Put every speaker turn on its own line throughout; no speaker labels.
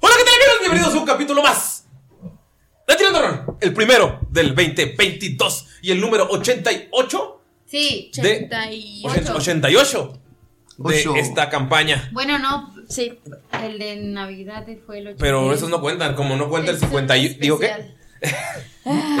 Hola, ¿qué tal amigos? Bienvenidos a un capítulo más de Tirando Horror, el primero del 2022 y el número 88
Sí,
De-
88.
88 de
Ocho.
esta campaña.
Bueno, no, sí, el de Navidad fue el 88.
Pero esos no cuentan, como no cuenta el 50 y- digo qué?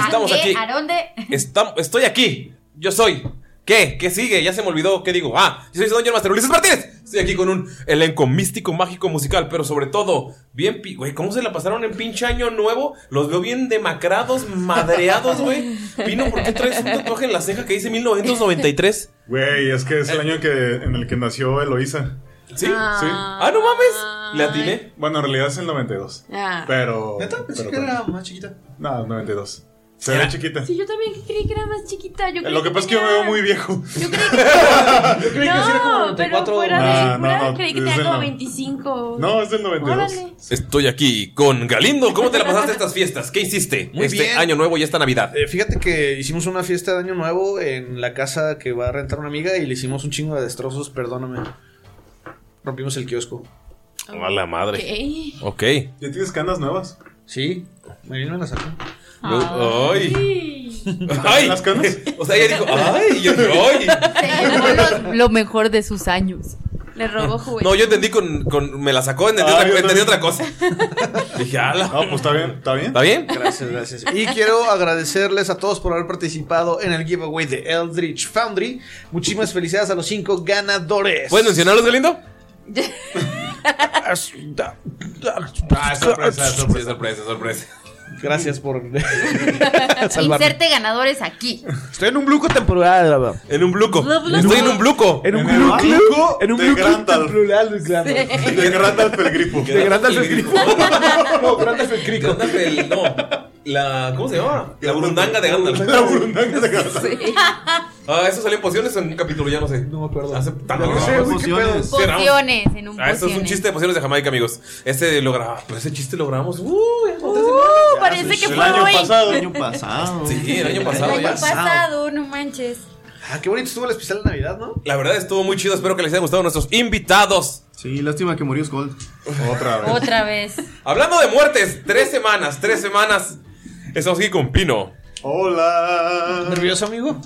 Estamos
¿A qué?
aquí.
¿A dónde?
Estam- estoy aquí. Yo soy. ¿Qué? ¿Qué sigue? Ya se me olvidó. ¿Qué digo? Ah, yo soy Don Master Ulises Martínez. Estoy aquí con un elenco místico, mágico, musical, pero sobre todo, bien. pi- Güey, ¿cómo se la pasaron en pinche año nuevo? Los veo bien demacrados, madreados, güey. Pino, ¿por qué traes un tatuaje en la ceja que dice 1993?
Güey, es que es el año que, en el que nació Eloísa.
¿Sí?
Sí.
Ah, no mames. Le atiné.
Bueno, en realidad es el 92.
Ah.
Pero.
¿Neta? Pensé
pero
que era más chiquita.
No, 92. Se ve chiquita.
Sí, yo también creí que era más chiquita. Yo creí
Lo que pasa es que yo me
tenía-
veo muy viejo.
Yo creí que.
Yo creí que sí era como
no, pero
94.
fuera
Ah, No,
de
no,
fuera,
no,
creí que
es
tenía
del
como
no.
25.
No, es del 92.
Órale.
Estoy aquí con Galindo. ¿Cómo te la pasaste estas fiestas? ¿Qué hiciste
Muy
este
bien.
año nuevo y esta Navidad?
Eh, fíjate que hicimos una fiesta de año nuevo en la casa que va a rentar una amiga y le hicimos un chingo de destrozos, perdóname. Rompimos el kiosco.
A la madre.
Ok.
Ok.
¿Ya tienes canas nuevas?
Sí, Marina me la sacó.
Ay.
Sí.
¡Ay!
¿Las canas?
O sea, ella dijo, ¡ay! Y yo dije, ¡ay!
Se llevó los- lo mejor de sus años. Le robó juguetes.
No, yo entendí con. con- me la sacó, entendí,
Ah,
otra,
yo
entendí
también.
otra cosa. Dije,
No,
¡ala!
pues está bien, está bien.
¿Está bien?
Gracias, gracias. Y quiero agradecerles a todos por haber participado en el giveaway de Eldritch Foundry. Muchísimas felicidades a los cinco ganadores.
¿Puedes mencionarlos, Galindo?
Ah, es sorpresa, es
Sí,
sorpresa.
sorpresa, sorpresa.
Gracias por salvarme.
Inserte ganadores aquí.
Estoy en un bluco temporal.
En un bluco. Estoy en un bluco.
En un
En el
bluco,
bluco
en un
de
bluco
Grandalf.
temporal, claro.
De Grandalf el grifo.
De Grandalf el Grifo. No, Grandalf el
¿Qué
Crico.
onda del- No. La. ¿Cómo se llama? La burundanga de
La
Gandalf.
burundanga de Grandalf.
Ah, eso salió en pociones en un capítulo, ya no sé.
No me acuerdo.
Hace tanto
No
que
sé,
no.
güey, qué pedo.
Cerramos.
Pociones en un
Ah, eso es un
pociones.
chiste de pociones de Jamaica, amigos. Este lo grabamos. Pero ese chiste lo grabamos. Uh, ya
Uh,
contaste.
parece que
El
fue
año
hoy.
pasado.
pasado.
Sí, el año pasado
El
ya.
año pasado, no manches.
Ah, qué bonito estuvo el especial de Navidad, ¿no?
La verdad estuvo muy chido, espero que les haya gustado nuestros invitados.
Sí, lástima que murió Skull.
Otra vez.
Otra vez.
Hablando de muertes, tres semanas, tres semanas. Estamos aquí con Pino.
Hola.
¿Nervioso, amigo?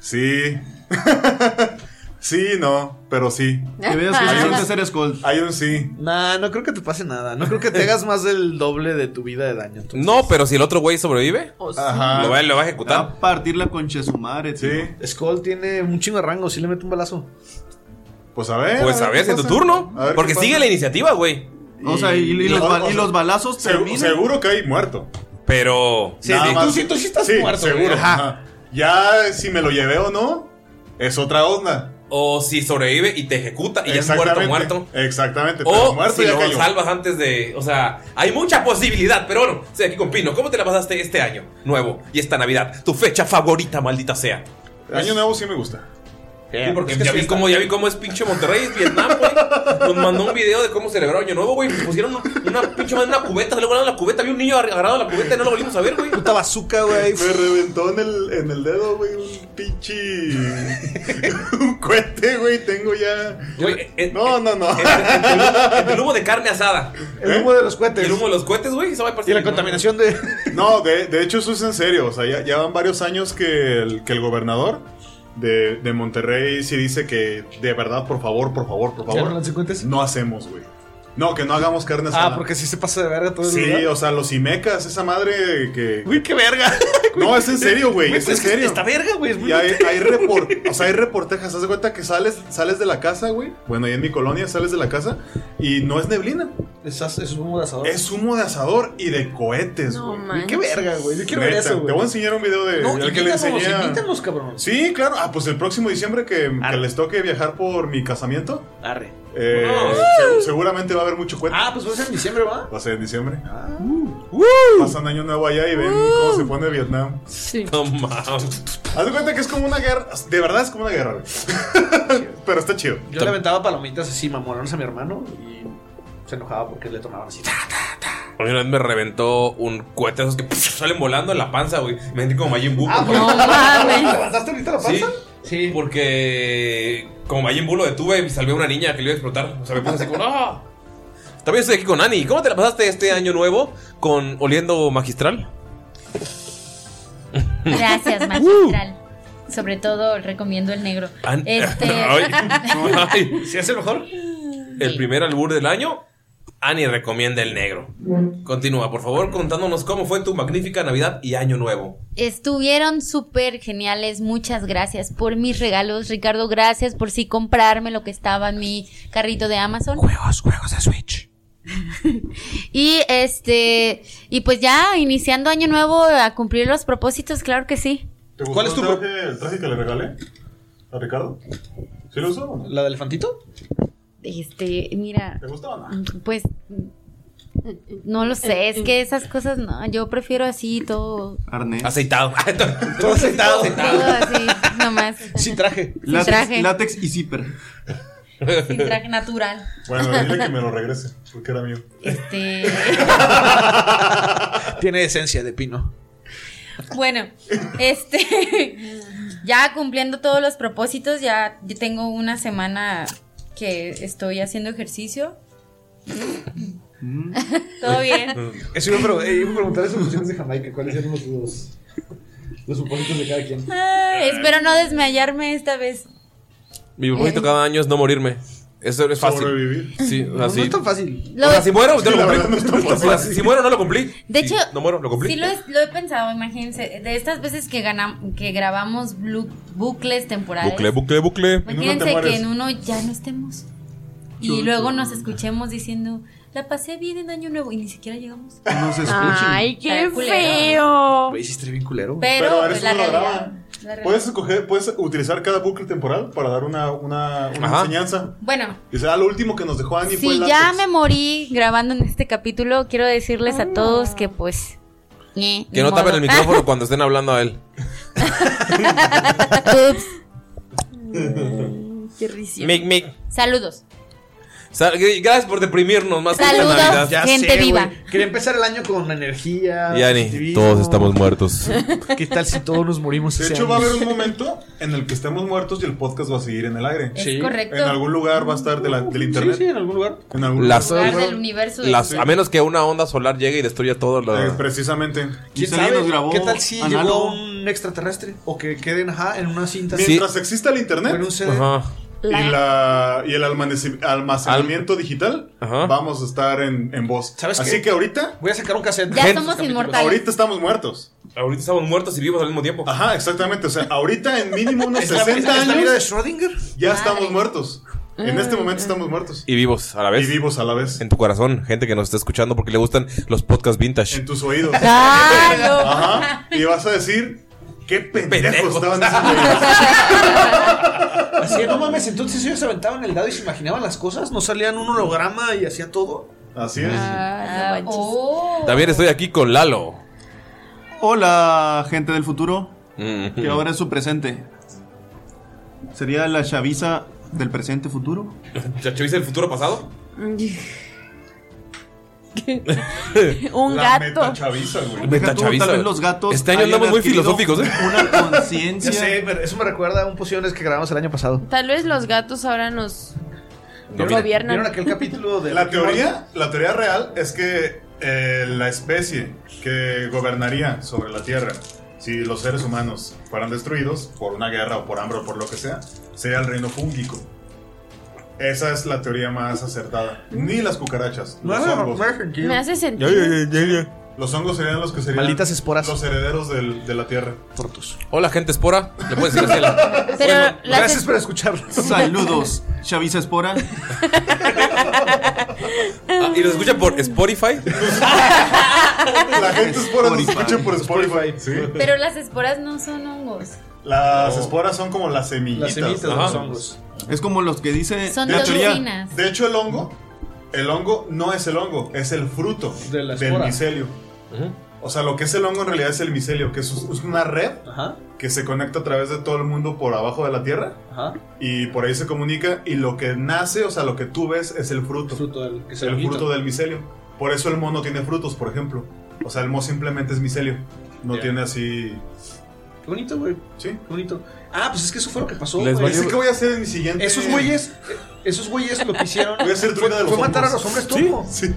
Sí. Sí, no, pero sí.
Que veas que si antes
eres Gold. Hay un sí.
Nah, no creo que te pase nada. No creo que te hagas más del doble de tu vida de daño.
No, pero si el otro güey sobrevive,
Oh, sí.
Ajá. Lo, va, lo va a ejecutar.
Ah,
a partir la concha de su madre, Sí. Skull tiene un chingo de rango. Si le mete un balazo.
Pues a ver.
pues a ver,
qué
es tu
pasa.
turno.
A ver qué
porque
pasa.
sigue la iniciativa, güey.
O sea, y- y los ba- y los balazos Segu- terminan. seguro que hay muerto.
Pero.
Nada más- Sí,
güey.
Seguro.
Ajá.
ajá. Ya si me lo llevé o no, es otra onda.
O si sobrevive y te ejecuta y ya es muerto,
Exactamente,
muerto.
Exactamente. pero
O
muerto
si
ya
lo
cayó.
salvas antes de. O sea, hay mucha posibilidad, pero bueno, estoy aquí con Pino. ¿Cómo te la pasaste este año nuevo y esta Navidad? Tu fecha favorita, maldita sea.
Año nuevo sí me gusta.
Sí, porque ya, vi cómo, ya vi cómo es pinche Monterrey, es Vietnam, güey. Nos mandó un video de cómo celebrar Año Nuevo, güey. Pusieron una pinche madre en una cubeta, luego en la cubeta, había un niño agarrado a la cubeta y no lo volvimos a ver, güey.
Puta bazooka, güey.
Me reventó en el, en el dedo, güey, un pinche. un cohete, güey. Tengo ya. no, no, ¿Eh? no.
El humo de carne asada.
El humo de los cohetes.
El humo de los cohetes, güey. Y la
contaminación de.
No, de, de hecho, eso es en serio. O sea, ya, ya van varios años que el, que el gobernador de, de Monterrey sí dice que, de verdad, por favor, por favor, por favor, no hacemos, güey. No, que no hagamos carne asada.
Ah, porque si se pasa de verga todo el
Sí,
lugar.
o sea, los Imecas, esa madre que.
Uy, qué verga.
No, es en serio, güey.
Güey,
Es en
pues es que
serio.
está verga, güey, es muy
Y hay,
neta.
hay report, o sea, hay reportejas. Haz de cuenta que sales, sales de la casa, güey. Bueno, ahí en mi colonia sales de la casa y no es neblina.
Es, humo de asador.
Es humo de asador y de cohetes, güey.
Güey, Qué verga, güey. Yo quiero ver
Neta,
eso, güey.
Te voy a enseñar un video de
No,
el que le
invítanos,
enseñé. a-
invítanos, cabrón.
Sí, claro. Ah, pues el próximo diciembre que, que les toque viajar por mi casamiento.
Arre.
eh,
Ah.
se- seguramente va a haber mucho cohete.
Ah, pues va a ser en diciembre, ¿va? Ah,
Va a ser en diciembre. Pasan año nuevo allá y ven cómo se pone Vietnam.
Sí.
No mames.
Haz de cuenta que es como una guerra. De verdad es como una guerra, güey. Pero está chido.
Yo le aventaba palomitas así mamolones a mi hermano y se enojaba porque le tomaban así.
A mí una vez me reventó un cohete de esos que salen volando en la panza, güey. Me sentí como Majin
Uh,
Ah,
Buu.
Ah,
¿Levantaste ahorita la
Sí,
panza?
sí. Porque como Majin Buu lo detuve y salvé a una niña que le iba a explotar. O sea, me puse así como, ¡ah! También estoy aquí con Ani. ¿Cómo te la pasaste este año nuevo con Oliendo Magistral?
Gracias, magistral. Sobre todo recomiendo el negro.
An-
Este.
Ay, ay.
¿Sí es el mejor?
El primer albur del año, Ani recomienda el negro. Continúa, por favor, contándonos cómo fue tu magnífica Navidad y Año Nuevo.
Estuvieron súper geniales, muchas gracias por mis regalos, Ricardo, gracias por sí comprarme lo que estaba en mi carrito de Amazon.
Juegos, juegos de Switch.
Y este, y pues ya iniciando año nuevo a cumplir los propósitos, claro que sí.
¿Cuál es tu traje, el traje que le regalé a Ricardo? ¿Sí lo usó?
¿La de elefantito?
Este, mira.
¿Te gustó o no?
Pues no lo sé, es que esas cosas no, yo prefiero así todo,
Arnés.
Aceitado.
Todo aceitado.
todo así, nomás.
Sin traje.
Látex,
traje.
látex y zipper.
Sin traje natural.
Bueno, dile que me lo regrese, porque era mío.
Este,
Tiene esencia de pino.
bueno, este ya cumpliendo todos los propósitos, ya yo tengo una semana que estoy haciendo ejercicio. Mm. Todo bien.
Eso iba a, pre- eh, iba a preguntar las emociones de Jamaica. ¿Cuáles eran los, los, los propósitos de cada quien?
Ay, espero no desmayarme esta vez.
Mi propósito cada año es no morirme. Eso es fácil.
Sobrevivir.
Sí,
No,
así.
no es tan fácil.
Lo-
O sea, si muero, yo
Sí, la
lo
verdad, no
cumplí.
está tan
O sea, si si muero, no lo cumplí.
De
Si
hecho,
no muero, lo cumplí.
Sí, lo, es- lo he pensado, imagínense. De estas veces que, ganam- que grabamos blu- bucles temporales.
Bucle, bucle, bucle.
Imagínense que en uno ya no estemos. Y luego nos escuchemos diciendo, la pasé bien en Año Nuevo y ni siquiera llegamos.
Nos
Ay,
escuchen.
qué
Culero.
feo.
Güey, sí, estaría bien culero. güey.
Pero,
Pero a ver
pues,
si
la,
no lo
realidad, la
graban.
realidad.
Puedes escoger, puedes utilizar cada bucle temporal para dar una, una, una
Ajá.
enseñanza.
Bueno,
Y será lo último que nos dejó Ani fue
si
el
ya
látex.
me morí grabando en este capítulo, quiero decirles a todos
Ah.
que pues... ñe,
Que
ni
no tapen
modo.
el micrófono pues. cuando estén hablando a él.
Ups.
Mic, mic.
Saludos.
Sal- Gracias por deprimirnos más que esta
Saludos.
Navidad.
Ya
gente
sé, güey.
viva.
Quería empezar el año con energía.
Y Ani,
positivismo.
todos estamos muertos.
¿Qué tal si todos nos morimos?
De
ese
hecho,
año?
va a haber un momento en el que estemos muertos y el podcast va a seguir en el aire.
Es Sí. correcto.
En algún lugar va a estar de la- del internet.
Sí, sí, en algún lugar.
En algún
Las,
Lugar del universo. de-
las- a menos que una onda solar llegue y destruya todo lo.
Eh, precisamente.
Y
¿Quién
si alguien
sabe?
nos grabó
¿Qué tal si
análogo?
llegó un extraterrestre? O que queden ajá, en una cinta.
Mientras exista el internet,
Con un CD.
Ajá.
Y, la, y el almaneci- almacenamiento digital vamos a estar en, en voz. Así
qué?
que ahorita.
Voy a sacar un cassette.
Ya somos inmortales.
Ahorita estamos muertos.
Ahorita estamos muertos y vivos al mismo tiempo.
Ajá, exactamente. O sea, ahorita en mínimo unos
¿Es la-
60
es la
años.
vida de Schrödinger?
Ya estamos muertos. En este momento
Mm.
estamos muertos.
Y vivos a la vez. Y
vivos a la vez.
En tu corazón, gente que nos está escuchando porque le gustan los podcasts vintage. En
tus oídos.
Ah,
Claro.
Ajá. Y vas a decir. Qué pendejos estaban diciendo
Así de, no mames, entonces ellos se aventaban el dado y se imaginaban las cosas, no salían un holograma y hacía todo.
Así es.
Ah, oh.
También estoy aquí con Lalo.
Hola, gente del futuro.
Mm.
Que ahora es su presente. ¿Sería la chaviza del presente futuro?
¿Ya cheviste el futuro pasado?
Un
La
gato.
Chaviza, güey.
Deja tú,
chaviza,
Tal vez
güey.
los gatos.
Este año
hayan
andamos muy
adquirido
filosóficos, ¿eh?
Una conciencia.
Ya sé, pero eso me recuerda a un pociones que grabamos el año pasado.
Tal vez los gatos ahora nos gobiernan.
¿Vieron aquel capítulo de
La teoría, la teoría real es que eh, la especie que gobernaría sobre la Tierra, si los seres humanos fueran destruidos por una guerra o por hambre o por lo que sea, sería el reino fúngico. Esa es la teoría más acertada. Ni las cucarachas.
No
Los
era
hongos.
Robert Herngill.
Me hace sentido. Ya,
Los hongos serían los que serían
Malditas esporas.
los herederos del- de la Tierra.
Tortus.
Hola, gente espora. Le puedes decir así a la-
Pero las
Gracias
es-
por escucharlo.
Saludos, chaviza espora.
Ah, y nos escucha por Spotify.
La gente espora nos escucha por Spotify. Sí.
Pero las esporas no son hongos.
Las esporas son como las semillitas.
Las semillitas de
Oh. Ajá.
los hongos.
Es como los que dice
Son
la teoría.
toxinas.
De hecho, el hongo, el hongo no es el hongo, es el fruto
De la
del
espora.
micelio. O sea, lo que es el hongo en realidad es el micelio, que es es una red
Ajá,
que se conecta a través de todo el mundo por abajo de la tierra
ajá.
y por ahí se comunica y lo que nace, o sea, lo que tú ves es el fruto,
Fruto del que se
el fruto del micelio. Por eso el mo no tiene frutos, por ejemplo. O sea, el mo simplemente es micelio, no
Ya.
tiene así...
Qué bonito, güey.
Sí.
Qué bonito. Ah, pues es que eso fue lo que pasó.
Les
güey.
valió-
Así que voy a hacer en mi siguiente...
Esos güeyes, eh, esos güeyes lo que hicieron
Voy a hacer
fue,
druida de los
fue matar a
hongos.
los hombres turco.
Sí, sí.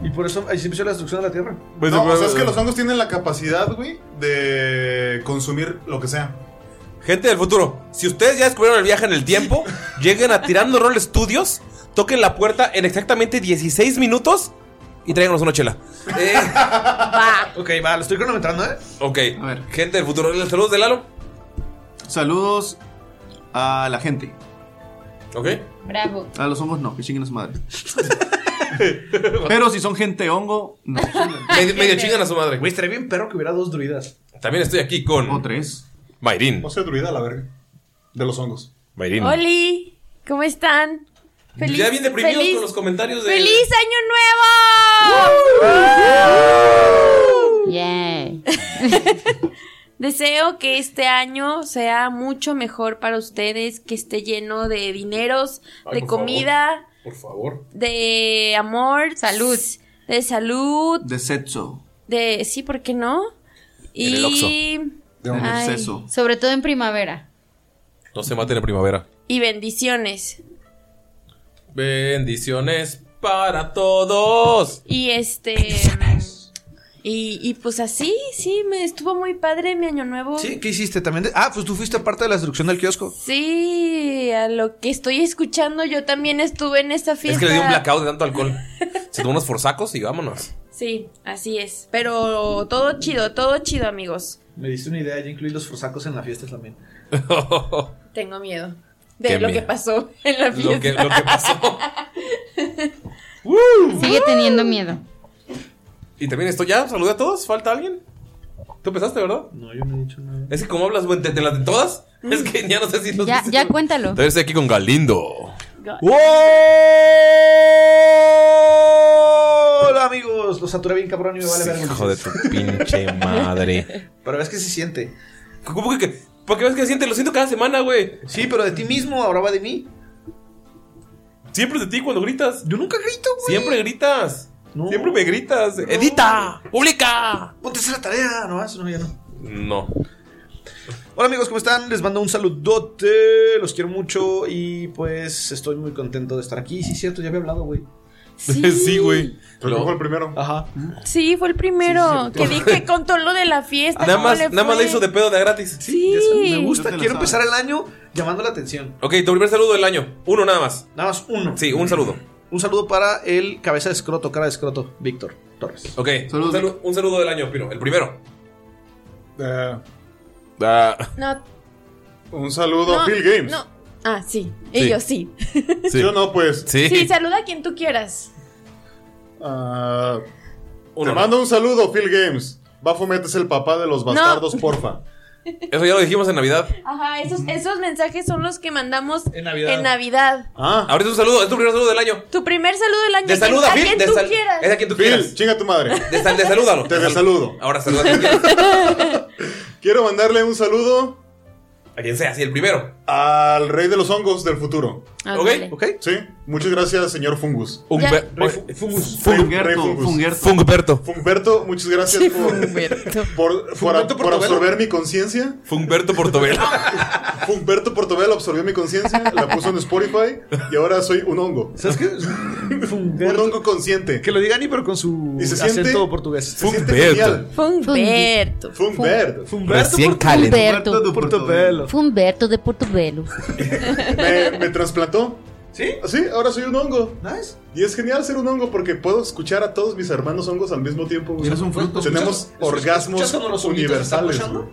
Y por eso ahí se empezó la destrucción de la tierra.
Pues,
no,
pues,
o sea, es que
pues,
los hongos tienen la capacidad, güey, de consumir lo que sea.
Gente del futuro, si ustedes ya descubrieron el viaje en el tiempo, lleguen a Tirando Roll Studios, toquen la puerta en exactamente 16 minutos y tráiganos una chela. Eh,
Ah, Ok, va, lo estoy cronometrando, ¿eh?
ok,
A ver,
gente del futuro, los saludos de Lalo.
saludos a la gente.
Ok.
Bravo.
A los hongos no, que chinguen a su madre. Pero si son gente hongo, no.
Medio, medio chingan a su madre.
Güey, estaría bien perro que hubiera dos druidas.
También estoy aquí con
O tres.
Mayrin.
No soy druida, la verga. De los hongos.
Mayrin.
Oli, ¿cómo están? Feliz,
ya bien deprimidos
feliz-
con los comentarios de.
¡Feliz Año Nuevo! Deseo que este año sea mucho mejor para ustedes, que esté lleno de dineros,
Ay, por
de
favor.
comida,
Por favor.
de amor, salud, de salud,
De sexo.
de sí, ¿por qué no?
En el
Y
De
Ay.
exceso.
Sobre todo en primavera.
No se maten en primavera.
y bendiciones.
Bendiciones para todos.
Y este y, y pues así, sí, me estuvo muy padre mi año nuevo.
Sí, ¿qué hiciste también? de- Ah, pues tú fuiste parte de la destrucción del kiosco.
Sí, a lo que estoy escuchando, yo también estuve en esta fiesta.
Es que le dio un blackout de tanto alcohol. Se tomó unos forsacos y vámonos.
Sí, así es. Pero todo chido, todo chido, amigos.
Me diste una idea, yo incluí los forsacos en la fiesta también.
Tengo miedo de
Qué
lo que
miedo.
pasó en la fiesta.
lo, que, lo que pasó.
Sigue teniendo miedo.
Y también esto ya, saludé a todos. ¿Falta alguien? ¿Tú empezaste, verdad?
No, yo no he dicho nada.
Es que como hablas güey, de, de las de todas, es que ya no sé si nos
Mm. Ya,
dices-
ya cuéntalo.
Entonces estoy aquí con Galindo.
¡Hola, amigos! Los saturé bien cabrón y me vale verga.
Hijo de tu pinche madre.
Pero ves que se siente.
¿Cómo que? Porque ves que siente, lo siento cada semana, güey.
Sí, pero de ti mismo, ahora va de mí.
Siempre es de ti cuando gritas.
Yo nunca grito, güey.
Siempre gritas.
No.
Siempre me gritas. Edita, publica.
Ponte a hacer la tarea, no, eso no, ya no.
No.
Hola amigos, ¿cómo están? Les mando un saludote, los quiero mucho y pues estoy muy contento de estar aquí. Sí, cierto, ya había hablado, güey.
Sí.
güey.
Creo que fue el primero.
Ajá.
Sí, fue el primero que dije con todo lo de la fiesta.
Nada
cómo
más,
le
nada más
fue.
le hizo de pedo de a gratis.
Sí.
Ya sé, me gusta,
Yo te la
quiero
sabes.
empezar el año llamando la atención.
Ok, tu primer saludo del año. Uno nada más.
Nada más uno.
Sí, un saludo.
Un saludo para el cabeza de escroto, cara de escroto, Víctor Torres.
Ok. un, salu- un saludo del año, Piro. El primero.
Eh,
Ah.
No,
Un saludo
no,
a Phil Games.
No. Ah, sí.
Sí.
Ellos sí.
Yo no, pues.
sí. saluda a quien tú quieras.
Ah, te mando un saludo, Phil Games. Baphomet es el papá de los bastardos, porfa.
Eso ya lo dijimos en Navidad.
Ajá, esos, esos mensajes son los que mandamos en
Navidad.
Navidad.
Ah.
Ahorita es un saludo. Es tu primer saludo del año.
Tu primer saludo del año.
Te
Pues a quien-
saluda,
a
Phil.
quien
Te
tú
sal-
quieras.
Es a quien tú quieras.
Chinga tu madre.
Te, sal- te salúdalo.
Te saludo.
Ahora saluda.
Quiero mandarle un saludo.
A quien sea, sí, el primero.
Al rey de los hongos del futuro.
Ándale.
¿Ok? Sí. Muchas gracias, señor Fungus.
Humbe- Ya.
Rey fu- Fungus. Fungerto. Fungerto. Fungberto, muchas gracias por, por, por-
Fungberto
por
Portobelo.
absorber mi conciencia.
Humberto Portobelo.
Fungberto Portobelo absorbió mi conciencia, la puso en Spotify y ahora soy un hongo.
¿Sabes qué?
un hongo consciente.
Que lo diga ni, pero con su
y se
acento
siente,
portugués.
Se siente
Fungberto.
genial.
Fumberto.
Fungberto.
Recién
Fumberto.
Humberto de Portobelo.
Fumberto de Portobelo.
me, me trasplantó. ¿Sí? Sí, ahora soy un hongo.
Nice.
Y es genial ser un hongo porque puedo escuchar a todos mis hermanos hongos al mismo tiempo. güey.
Eres un fruto.
Tenemos
¿Escuchas-
orgasmos
escuchas cuando los honguitos
universales.
están
güey.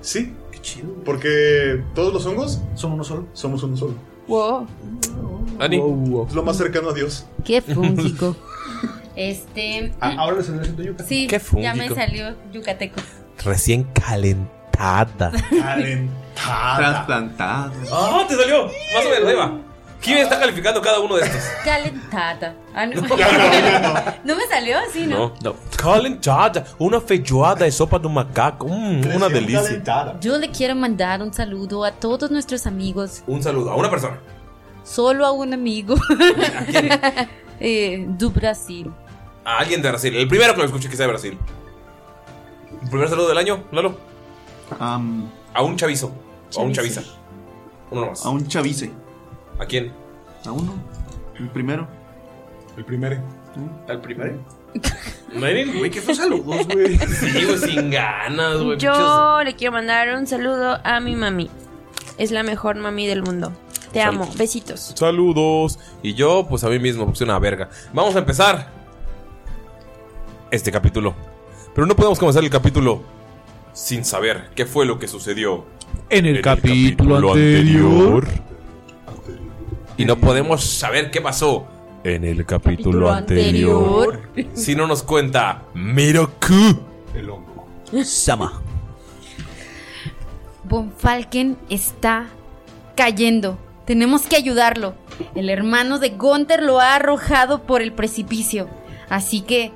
Sí. Qué chido. Porque todos los hongos
somos uno solo.
Somos uno solo.
Wow.
Ani.
Es lo más cercano a Dios.
Qué fúngico.
Este.
Ah,
Ahora le salió el acento yuca.
Sí,
Qué
ya me
fúngico.
salió yucateco.
Recién calentada.
Calentada.
Trasplantada.
¡Ah! te salió. Más o menos, ahí va. ¿Quién está calificando cada uno de estos?
Calentada. Ah, no. ¿No me salió así, ¿no?
No, no. Calentada. Una feijoada de sopa de macaco. Mm, una delicia.
Yo le quiero mandar un saludo a todos nuestros amigos,
Un saludo a una persona.
solo a un amigo Eh, do Brasil.
A alguien de Brasil. El primero que lo escuche que sea de Brasil. El primer saludo del año, Lalo.
Am,
A un chavizo. O a un
Chavizo.
chaviza. Uno más.
a un chavice.
¿A quién?
A uno. El primero.
El primero.
¿Al primero?
Miren,
güey, qué feos saludos, güey.
Sí, güey, sin ganas, güey. pinches-
Yo le quiero mandar un saludo a mi mami. Es la mejor mami del mundo. Te
Sal-
amo. Besitos.
Saludos. Y yo, pues a mí mismo, puse una verga. Vamos a empezar este capítulo. Pero no podemos comenzar el capítulo sin saber qué fue lo que sucedió.
En el, capítulo,
anterior. Y no podemos saber qué pasó en el capítulo, anterior. Si no nos cuenta Miroku. El hongo. Sama.
Von Falken está cayendo. Tenemos que ayudarlo. El hermano de Gunther lo ha arrojado por el precipicio. Así que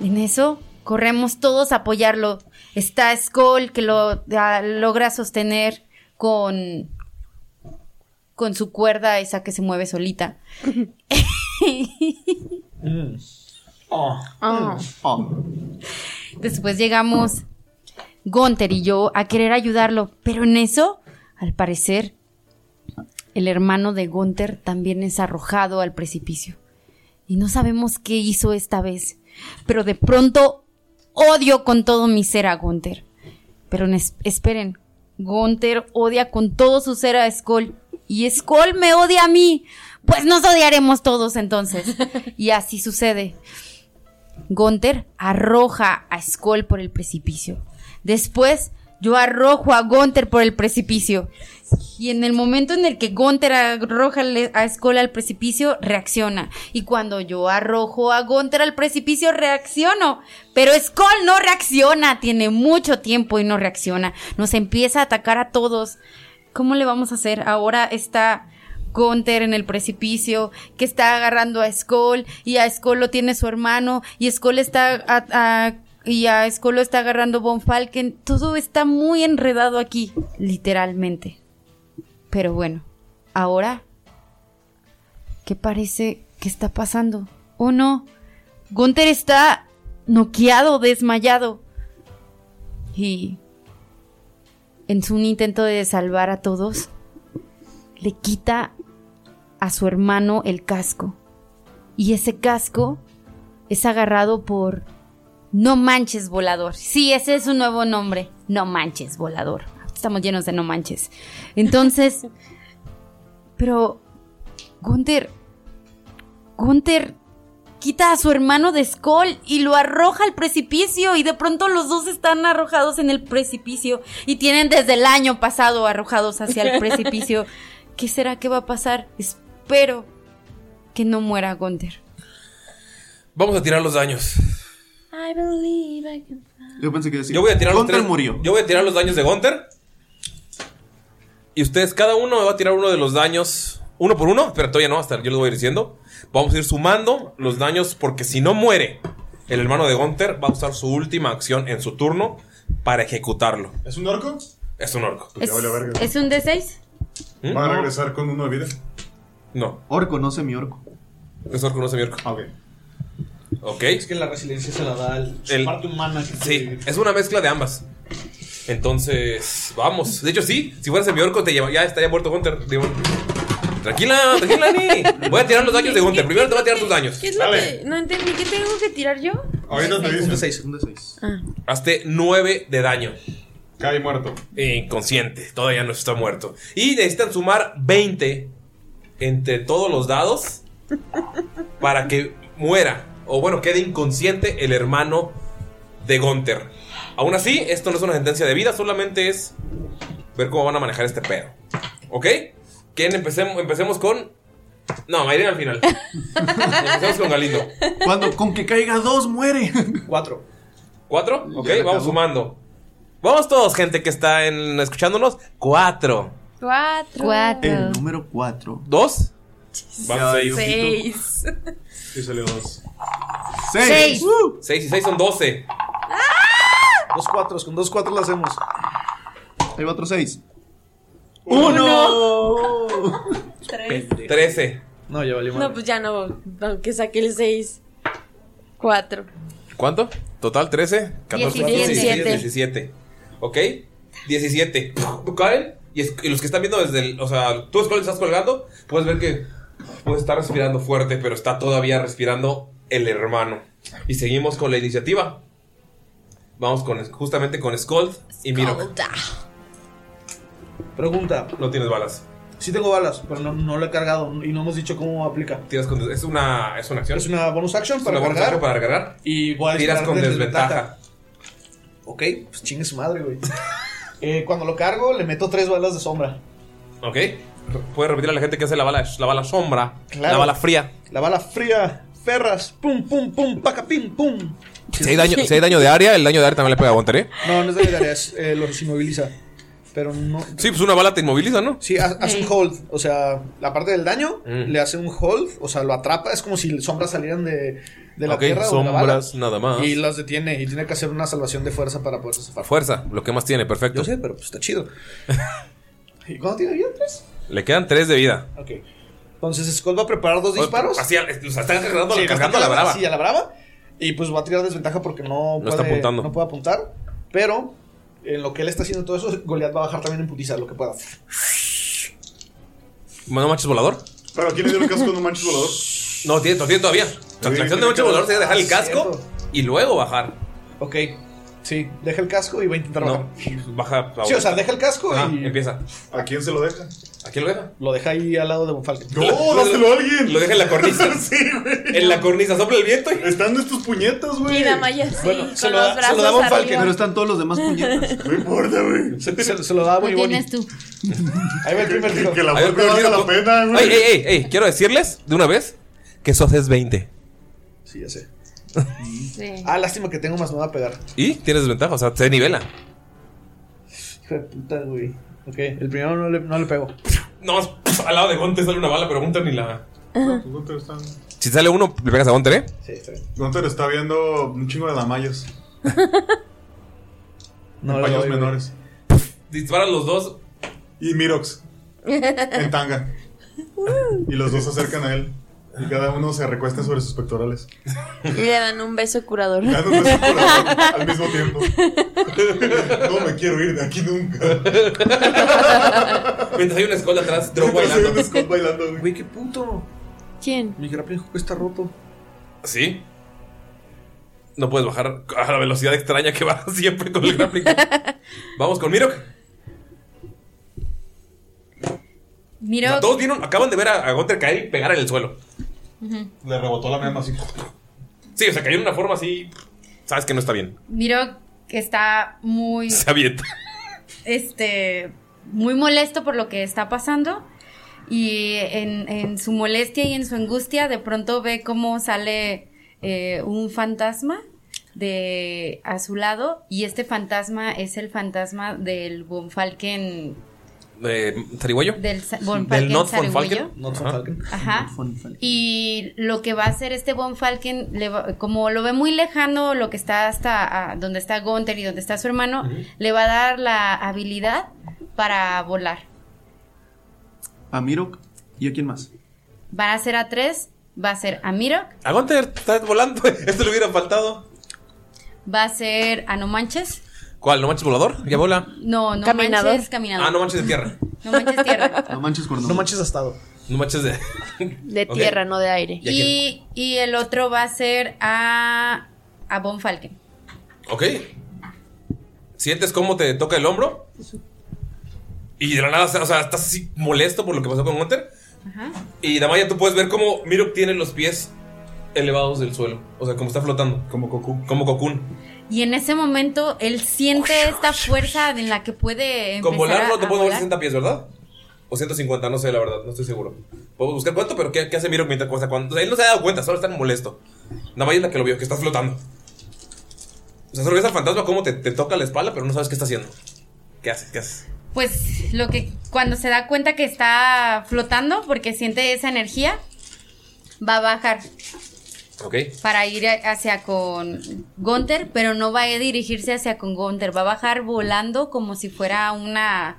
en eso corremos todos a apoyarlo. Está Skoll que lo ah, logra sostener con con su cuerda esa que se mueve solita. Ah. Después llegamos Gunther y yo a querer ayudarlo, pero en eso, al parecer, el hermano de Gunther también es arrojado al precipicio. Y no sabemos qué hizo esta vez, pero de pronto odio con todo mi ser a Gunther. Pero nes- esperen, Gunther odia con todo su ser a Skoll y Skoll me odia a mí. Pues nos odiaremos todos entonces. Y así sucede. Gunther arroja a Skoll por el precipicio. Después, yo arrojo a Gunther por el precipicio. Y en el momento en el que Gunther arroja le- a Skoll al precipicio, reacciona. Y cuando yo arrojo a Gunther al precipicio, reacciono. Pero Skoll no reacciona. Tiene mucho tiempo y no reacciona. Nos empieza a atacar a todos. ¿Cómo le vamos a hacer? Ahora está Gunther en el precipicio, que está agarrando a Skoll, y a Skoll lo tiene su hermano, y Skoll está a- a- y a Skoll lo está agarrando Von Falken. Todo está muy enredado aquí, literalmente. Pero bueno, ahora, ¿qué parece que está pasando? Oh no, Gunther está noqueado, desmayado. Y en su intento de salvar a todos, le quita a su hermano el casco. Y ese casco es agarrado por No Manches Volador. Sí, ese es su nuevo nombre. No Manches Volador. Estamos llenos de no manches. Entonces, pero Gunther, Gunther quita a su hermano de Skoll y lo arroja al precipicio y de pronto los dos están arrojados en el precipicio y tienen desde el año pasado arrojados hacia el precipicio. ¿Qué será que va a pasar? Espero que no muera Gunther.
Vamos a tirar los daños.
I believe I can.
Yo pensé que decía.
Yo voy a tirar los
Gunther
tres-
murió.
Yo voy a tirar los daños de Gunter. Y ustedes, cada uno me va a tirar uno de los daños. Uno por uno, pero todavía no, hasta yo les voy a ir diciendo. Vamos a ir sumando los daños porque si no muere, el hermano de Gunter va a usar su última acción en su turno para ejecutarlo.
¿Es un orco?
Es un orco.
¿Es, ¿es un D6?
¿Mm?
¿Va a regresar con uno de vida?
No.
Orco, no semi-orco.
Es orco, no semi-orco.
Ok.
Ok.
Es que la resiliencia se la da al-
El-
parte humana. que
Sí, es una mezcla de ambas. Entonces, vamos. De hecho, sí, si fuera semiorco, te lleva, ya estaría muerto Gunter. Digo, tranquila, tranquila, Ani. Voy a tirar los daños de Gunter. Primero te voy a tirar tus daños.
¿Qué es lo que.? No entendí. ¿Qué tengo que tirar yo?
Ahorita te dice.
Ah.
Hazte 9 de daño.
Cae muerto.
Inconsciente, todavía no está muerto. Y necesitan sumar 20 entre todos los dados para que muera. O bueno, quede inconsciente el hermano de Gunter. Aún así, esto no es una sentencia de vida, solamente es ver cómo van a manejar este pedo. ¿Ok? ¿Quién empecemos, empecemos con.? No, Mayrin al final. empecemos con Galindo.
Cuando con que caiga dos muere.
Cuatro.
¿Cuatro? Ok,
Ya la
vamos
acabó.
sumando. Vamos todos, gente que está en- escuchándonos. Cuatro.
Cuatro.
El número cuatro.
¿Dos?
Ya,
Van seis.
Seis.
Y salió dos.
Seis.
Seis. Seis y seis son doce.
Dos cuatros, con dos cuatros lo hacemos.
Ahí va otro seis.
¡Uno!
Tres.
Trece.
No, ya valió
No, pues ya no. Aunque saque el seis. Cuatro.
¿Cuánto? Total, trece. Catorce.
Diecisiete.
Diecisiete. Diecisiete. Ok. Diecisiete. Caen. Y, es- y los que están viendo desde el. O sea, tú Skull, estás colgando. Puedes ver que. Puede estar respirando fuerte, pero está todavía respirando el hermano. Y seguimos con la iniciativa. Vamos con justamente con Skull y Miro.
Pregunta.
No tienes balas.
Sí tengo balas, pero no, no lo he cargado y no hemos dicho cómo aplica.
Tiras con- es una es una acción.
Es una bonus action
Es
para
una bonus
cargar.
action para cargar.
Y voy a
Tiras
disparar
con
desde
desventaja.
Ok, pues chingue su madre, güey. Eh, cuando lo cargo, le meto tres balas de sombra.
Ok. Puedes repetir a la gente que hace la bala, la bala sombra,
Claro.
la bala fría.
La bala fría, ferras, pum, pum, pum, paca, pim, pum.
Si hay, daño, si hay daño de área, el daño de área también le pega a Gunter, ¿eh?
No, no es de mi tarea, es, eh, los inmoviliza. Pero no.
Sí, pues una bala te inmoviliza, ¿no?
Sí, ha- hace un hold. O sea, la parte del daño
Mm.
le hace un hold. O sea, lo atrapa. Es como si sombras salieran de, de la
ok,
tierra o de la bala.
sombras, nada más.
Y las detiene y tiene que hacer una salvación de fuerza para poderse zafar.
Fuerza, lo que más tiene, perfecto.
Yo sé, pero pues está chido. ¿Y cuándo tiene vida? ¿Tres?
Le quedan tres de vida.
Ok. Entonces Skull va a preparar dos disparos.
Pues, Así, o sea, está cargando,
Sí,
cargando a
está
la brava.
Sí, a la brava. Y pues va a tirar desventaja porque no,
No
puede,
está apuntando.
no puede apuntar. Pero en lo que él está haciendo todo eso, Goliath va a bajar también en putiza lo que pueda.
¿No manches volador?
¿Pero quién le dio el casco no manches volador?
No, tiene, tiene todavía. La
Sí,
acción de
tiene
manches
que-
volador sería dejar el
Ah,
casco y luego bajar.
Ok. Sí, deja el casco y va a intentar bajar.
Baja.
Sí, o sea, deja el casco
Ajá,
y.
empieza.
¿A quién se lo deja?
¿A quién lo deja?
Lo deja ahí al lado de Bonfalken.
dáselo a alguien!
Lo deja en la cornisa. En la cornisa, sopla el viento.
Están estos puñetas,
Y
güey.
Damaya así, con
se lo
los
da- se
brazos
lo da Von Falken,
arriba.
Pero están todos los demás puñetas.
No importa, güey.
Se, se- se lo da a Bonnie Bonnie.
tú.
Ahí va el primer tiro.
Que la
A ver,
muerte valga la pena,
Ey,
güey.
ey, ey, ey, quiero decirles de una vez que eso es 20.
Sí, ya sé. Ah, lástima que tengo más nueva a pegar.
Y tienes desventaja, o sea, te nivela.
Hijo de puta, güey. Ok, el primero no le, no le pego.
No, pues, al lado de Gunter sale una bala, pero Gunter ni la.
No, pues Gunter está-
Si sale uno, le pegas a Gunter, ¿eh?
Sí, está bien.
Gunter está viendo un chingo de damayas.
No
en
le
paños
doy, güey.
menores.
Disparan los dos.
Y Mirox, en tanga. Y los dos se acercan a él. Y cada uno se recuesta sobre sus pectorales.
Y le dan un beso curador.
Le dan un beso curador al mismo tiempo. No me quiero ir de aquí nunca.
Mientras hay una escuela atrás, Drogo
Mientras hay un
bailando.
Skull bailando, güey.
Güey, qué puto.
¿Quién?
Mi grappling hook está roto.
¿Sí? No puedes bajar a la velocidad extraña que baja siempre con el grappling. Vamos con Mirok.
Miro-
Todos vieron, acaban de ver a, a Gunther caer y pegar en el suelo.
Ujú.
Le rebotó la mema así. Sí, o sea, cayó de una forma así. Sabes que no está bien.
Miro que está muy,
Se avienta.
este, muy molesto por lo que está pasando. Y en, en su molestia y en su angustia, de pronto ve cómo sale eh, un fantasma de a su lado. Y este fantasma es el fantasma del Bonfalken.
Eh, ¿Zarigüeyo?
Del sa-
Del
Von Falken,
Not von
Zarigüeyo.
Falken.
Not
Ajá.
Ajá. Y lo que va a hacer este Von Falken, le va- como lo ve muy lejano, lo que está hasta ah, donde está Gunther y donde está su hermano, le va a dar la habilidad para volar.
A Mirok y a quién más.
Va a ser a tres, va a ser a Mirok,
A Gunther estás volando. Esto le hubiera faltado.
va a ser a No Manches.
¿Cuál? ¿No manches volador? Ya bola.
No, no
Caminador.
manches caminador.
Ah, no manches de tierra.
No manches tierra.
No manches cuerno.
No manches astado.
No manches de.
De
Ok. tierra,
no de aire.
Ya
Y, y el otro va a ser a, a Von Falken.
Ok. ¿Sientes cómo te toca el hombro? Y de la nada, o sea, estás así molesto por lo que pasó con Gunter.
Ajá.
Y Damaya, tú puedes ver cómo Miro tiene los pies elevados del suelo. O sea, como está flotando. Como Cocoon. Como Cocoon.
Y en ese momento él siente esta fuerza en la que puede empezar
Con volar
a-
no te
a
puedo mover
volar.
60 pies, ¿verdad? O 150, no sé, la verdad, no estoy seguro. Podemos buscar cuánto, pero ¿qué, qué hace Miro mientras cuesta cuánto? O sea, él no se ha dado cuenta, solo está molesto. Damaya es la que lo vio, que está flotando. O sea, solo ves al fantasma cómo te, te toca la espalda, pero no sabes qué está haciendo. ¿Qué haces? ¿Qué haces?
Pues lo que cuando se da cuenta que está flotando porque siente esa energía va a bajar
Ok.
para ir a- hacia con Gunther, pero no va a dirigirse hacia con Gunther, va a bajar volando como si fuera una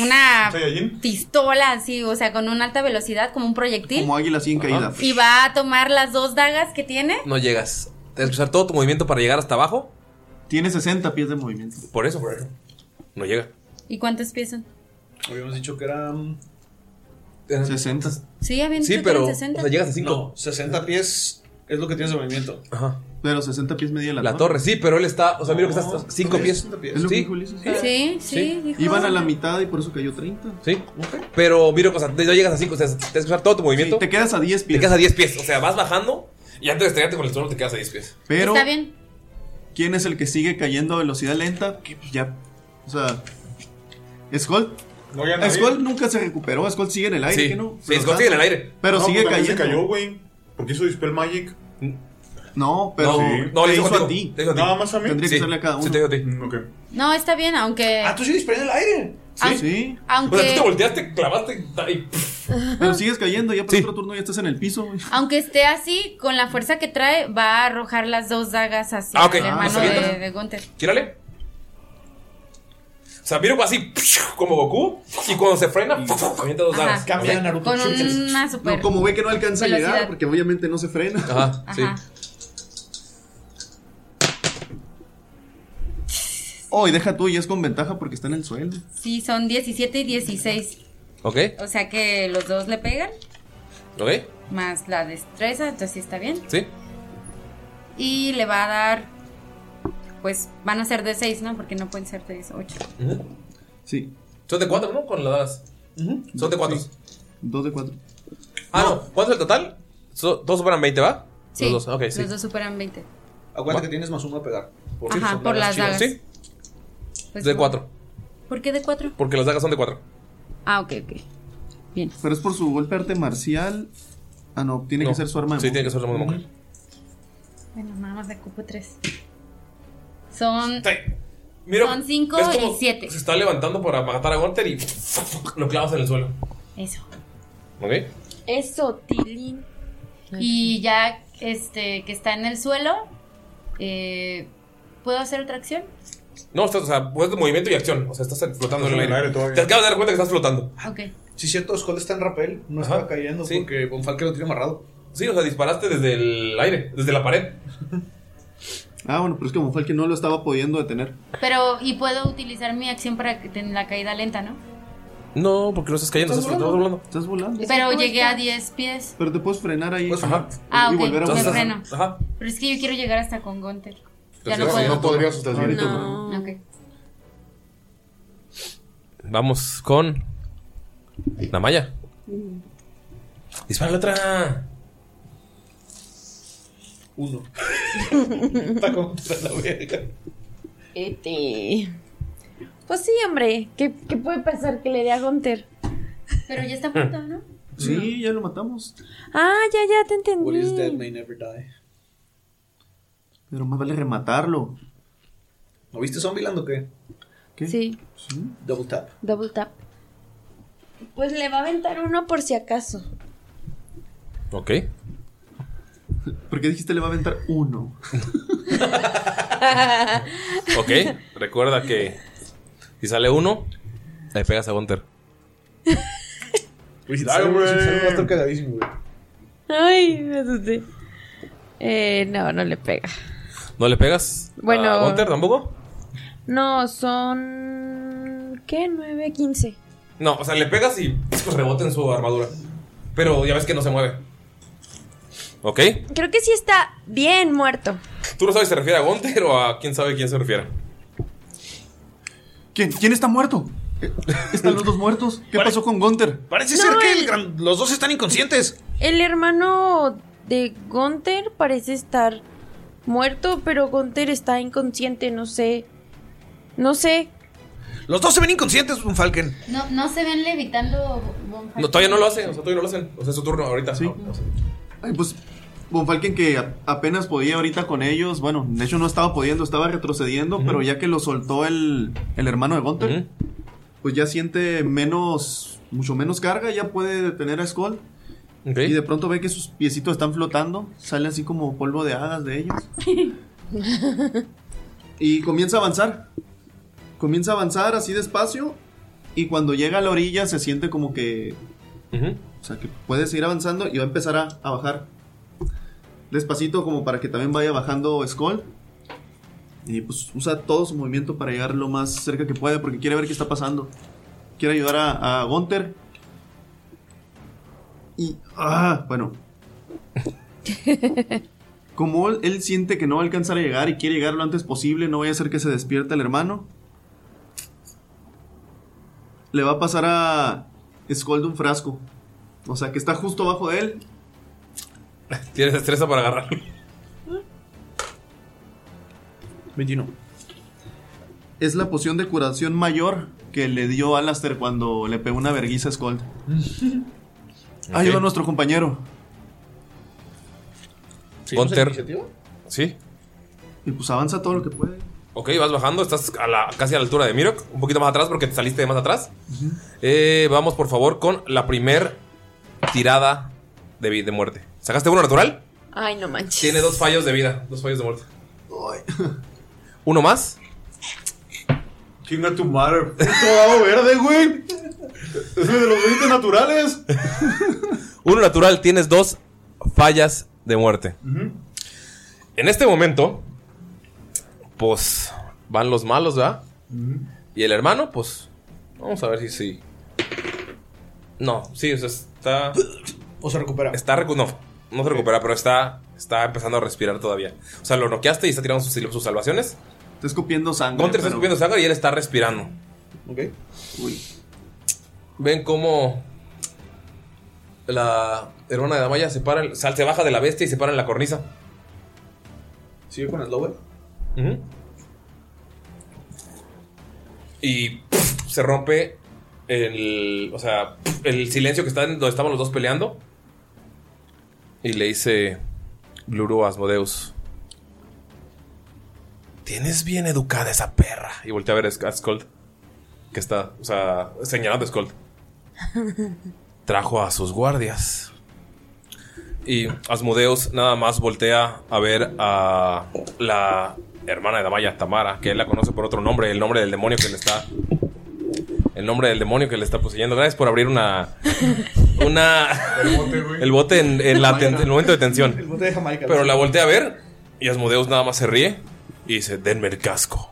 una
¿Saiyajin?
pistola así, o sea, con una alta velocidad como un proyectil
Como águila así en caída. pues.
y va a tomar las dos dagas que tiene.
No llegas. Tienes que usar todo tu movimiento para llegar hasta abajo.
Tiene 60 pies de movimiento.
Por eso, por eso. No llega.
¿Y cuántos pies son?
Habíamos dicho que eran.
60.
Sí, habían
Sí,
dicho que eran
pero,
60.
o sea, llegas a cinco.
No, 60 pies es lo que tienes de movimiento.
Ajá.
Pero 60 pies media la,
La torre, sí, pero él está. O sea, mira que
No,
está 5
no,
pies.
60 pies. Es lo que dijo Ulises.
Sí,
Sí, sí, dijo.
Iban a la mitad y por eso cayó 30.
Sí. Pero mira, o sea, no llegas a 5. O sea, tienes que usar todo tu movimiento. te
quedas a 10
pies. Te quedas a 10 pies. O sea, vas bajando y antes de estrellarte con el suelo te quedas a 10 pies.
Pero,
Está bien.
¿quién es el que sigue cayendo a velocidad lenta? Que pues, ya. O sea. Skull.
No había nadie.
Skull nunca se recuperó. Skull sigue en el aire,
Sí.
¿qué no?
Sí,
Pero,
Skull
o sea,
sigue en el aire.
Pero
No,
sigue
pues, también
cayendo.
se cayó, güey. Porque hizo Dispel Magic.
No, pero.
Sí.
te
le
hizo
contigo,
a ti.
le hizo a ti. Nada más a mí. Mm,
Tendría que hacerle a cada uno.
Sí, te digo a ti.
No, está bien, aunque Ah,
tú sí disparé en el aire.
Sí,
sí.
aunque- O sea, tú Pues te
volteaste, clavaste y.
Pero sigues cayendo, ya por otro turno ya estás en el piso. güey.
Aunque esté así, con la fuerza que trae, va a arrojar las dos dagas hacia
Ah, ok.
el
Ah,
hermano
¿está bien,
de,
entonces?
de Gunther.
Tírale. O sea, mira así como Goku y cuando se frena, avienta dos
Ajá.
dagas.
Cambia de Naruto. Con una super
No, como ve que no alcanza a
velocidad.
llegar, porque obviamente no se frena.
Ajá,
Ajá.
Oh, y deja tú, y es con ventaja porque está en el suelo.
Sí, son 17 y 16.
Ok,
O sea que los dos le pegan,
ok,
más la destreza, entonces sí está bien.
sí.
Y le va a dar, pues van a ser de 6, ¿no? Porque no pueden ser de 8.
Sí.
Son de cuatro, ¿no? Con las dagas. Son de cuatro.
Dos de cuatro.
Ah, no. ¿Cuánto es el total? So- Todos superan 20, ¿va?
Sí,
Los dos, ok, sí. pues
los dos superan 20.
Acuérdate que tienes más uno a pegar.
Ajá,
son
por las dagas.
chidas.
Sí,
Pues,
de cuatro.
¿Por qué de 4?
Porque las dagas son de cuatro.
Ah, ok, ok. Bien.
Pero es por su golpe arte marcial. Ah, no, tiene que ser su arma de
Sí, tiene que ser su arma de monje.
Bueno, nada más de cupo 3. Son,
Mira,
son 5
¿ves cómo
y 7.
Se está levantando para matar a Gunter y lo clavas en el suelo.
Eso.
¿Ok?
Eso, Tilín. Y ya este que está en el suelo, eh, ¿puedo hacer otra acción?
No, estás, o sea, puedes de movimiento y acción. O sea, estás flotando en el
Estás
aire. Te acabas de dar cuenta que estás flotando.
Ok.
Sí, cierto, Skull está en rapel. No estaba cayendo porque Von Falken lo tiene amarrado.
Sí, o sea, disparaste desde el aire, desde la pared.
Ah, bueno, pero es que como fue el que no lo estaba pudiendo detener.
Pero, y puedo utilizar mi acción para que ten la caída lenta, ¿no?
No, porque no estás cayendo, estás, volando.
Estás volando.
Pero llegué a 10 pies.
Pero te puedes frenar ahí.
Ah,
Y
ok,
volver a
me
volar.
freno.
Ajá.
Pero es que yo quiero llegar hasta con Gunter.
Pues ya, no podrías hasta el
Ahorita,
Ah.
grito,
¿no?
Ok.
Vamos con Namaya. Dispara la otra.
Uno. Está contra la verga.
Este. Pues sí, hombre. ¿Qué, qué puede pasar que le dé a Gunter?
Pero ya está
muerto,
¿no?
Sí, ya lo matamos.
Ah, ya, ya te
What is dead
entendí.
may never die.
Pero más vale rematarlo.
¿No viste Zombieland o qué?
¿Qué?
Sí.
Double tap.
Double tap. Pues le va a aventar uno por si acaso.
Ok.
¿Por qué dijiste le va a aventar uno?
Ok. Recuerda que si sale uno, le pegas a Gunter.
Güey, si te
Dale,
sale- si te
güey.
sale, va a estar cagadísimo, güey.
Ay, me asusté. Eh, no, no le pega.
¿No le pegas?
Bueno.
¿A Gunter tampoco?
No, son. ¿Qué? 9, 15.
No, o sea, le pegas y pues, rebota en su armadura. Pero ya ves que no se mueve. Ok.
Creo que sí está bien muerto.
Tú no sabes si se refiere a Gunter o a quién sabe quién se refiere.
¿Quién, quién está muerto? Eh, ¿Están los dos muertos? ¿Qué pasó con Gunther?
Parece
No,
ser que
el-
el gran- los dos están inconscientes.
El hermano de Gunther parece estar muerto, pero Gunther está inconsciente, no sé. No sé.
Los dos se ven inconscientes, un Falken.
No, no se ven levitando. Von
No, todavía no lo hacen, o sea, todavía no lo hacen. O sea, es su turno ahorita. Sí.
Ay, pues Bonfalken que a- apenas podía ahorita con ellos, bueno, de hecho no estaba pudiendo, estaba retrocediendo, pero ya que lo soltó el, el hermano de Gunther, pues ya siente menos, mucho menos carga, ya puede detener a Skull. Y de pronto ve que sus piecitos están flotando, sale así como polvo de hadas de ellos. Y comienza a avanzar. Comienza a avanzar así despacio. Y cuando llega a la orilla se siente como que. O sea, que puede seguir avanzando y va a empezar a, a bajar. Despacito, como para que también vaya bajando Skull. Y pues usa todo su movimiento para llegar lo más cerca que puede porque quiere ver qué está pasando. Quiere ayudar a, a Gunther. Y. ¡Ah! Bueno. Como él, él siente que no va a alcanzar a llegar y quiere llegar lo antes posible, no vaya a ser que se despierte el hermano. Le va a pasar a Scold un frasco. O sea, que está justo abajo de él.
Tienes destreza para agarrarlo.
21.
Es la poción de curación mayor que le dio Alastair cuando le pegó una verguiza a Scold. Ayuda a nuestro compañero.
¿Seguimos en
Gunter.
iniciativa?
Sí.
Y pues avanza todo lo que puede.
Ok, vas bajando, estás a la- casi a la altura de Mirok, un poquito más atrás porque te saliste de más atrás. Eh, vamos por favor con la primer tirada de, vi- de muerte. ¿Sacaste uno natural?
Ay, no manches.
Tiene dos fallos de vida, dos fallos de muerte. Uno más.
Chinga tu madre. Puto dado verde, güey. Es de los 20 naturales.
Uno natural, tienes dos fallas de muerte. En este momento, pues van los malos, ¿verdad? Y el hermano, pues vamos a ver si sí. No, sí, o sea, está.
O se recupera.
Está recu- no, no se recupera, pero está, está empezando a respirar todavía. O sea, lo noqueaste y está tirando sus, sus salvaciones.
Está escupiendo sangre.
Gunter
pero-
está escupiendo sangre y él está respirando.
Ok.
Ven cómo la hermana de Damaya se para, el- sal- se baja de la bestia y se para en la cornisa.
¿Sigue con el lower?
Y pf, se rompe el. O sea, pf, el silencio que está en donde estaban los dos peleando. Y le dice Bluru a Asmodeus. Tienes bien educada esa perra. Y voltea a ver a Sk- a Skold. Que está, o sea, señalando a Skold. Trajo a sus guardias. Y Asmodeus nada más voltea a ver a la hermana de Damaya, Tamara, que él la conoce por otro nombre, el nombre del demonio que le está. El nombre del demonio que le está poseyendo. Gracias por abrir una. Una. El bote, en, en la ten- el momento de tensión.
El bote de Jamaica.
Pero la volteé a ver y Asmodeus nada más se ríe y dice, denme el casco.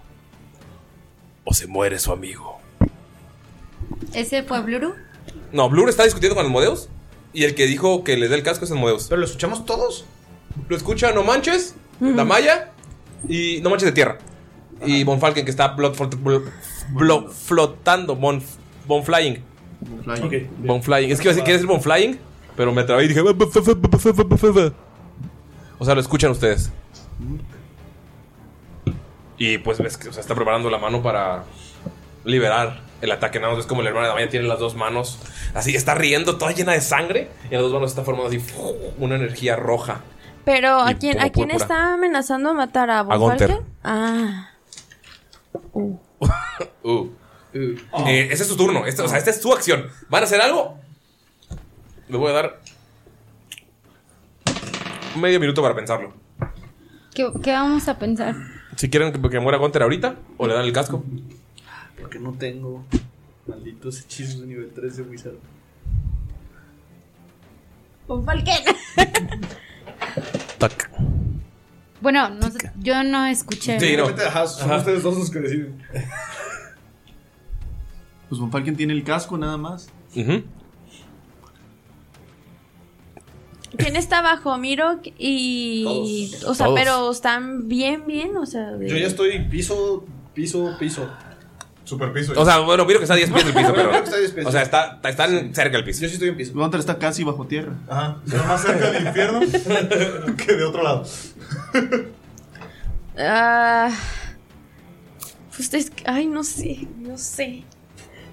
O se muere su amigo.
¿Ese fue Bluru?
No, Blur está discutiendo con Asmodeus y el que dijo que le dé el casco es Asmodeus.
¿Pero lo escuchamos todos?
Lo escucha No Manches, Damaya y No Manches de Tierra. Y Von Falken que está blot- flot- blo- blo- flotando, Von, Von Flying.
Flying.
Ok. Bonflying. Es que iba a decir, ¿quieres el Bonflying? Pero me trabé y dije. O sea, lo escuchan ustedes. Y pues ves que o sea, está preparando la mano para liberar el ataque. Nada más es como la hermana de Damaya tiene las dos manos. Así está riendo, toda llena de sangre. Y en las dos manos está formando así una energía roja.
Pero ¿a
Y
quién,
puro
¿a quién
púrpura.
está amenazando a matar? ¿A, Von
Gunther.
Falken? Ah.
Uh. Eh, ese es tu turno. Este- o sea, esta es tu acción. ¿Van a hacer algo? Le voy a dar medio minuto para pensarlo.
¿Qué, qué vamos a pensar?
Si quieren que, que muera Gunter ahorita, o le dan el casco.
Porque no tengo malditos hechizos de nivel 3 de Wizard.
Con Falken. Bueno, no sé, yo no escuché.
Ajá, son
Ajá.
ustedes dos los que deciden.
Pues Von Falken tiene el casco nada más.
¿Quién está abajo? Miro y.
Todos.
O sea,
Todos.
pero están bien, bien. O sea, de-
Yo ya estoy piso, piso, piso.
Super piso.
O sea, bueno, miro que está a 10 pies del piso, pero.
Miro que está a 10 pies.
O sea, está, está- están cerca del piso.
Yo sí estoy en piso.
Gunter está casi bajo tierra.
Ajá. Está más cerca del infierno que de otro lado.
Ah. Pues es que- Ay, no sé. No sé.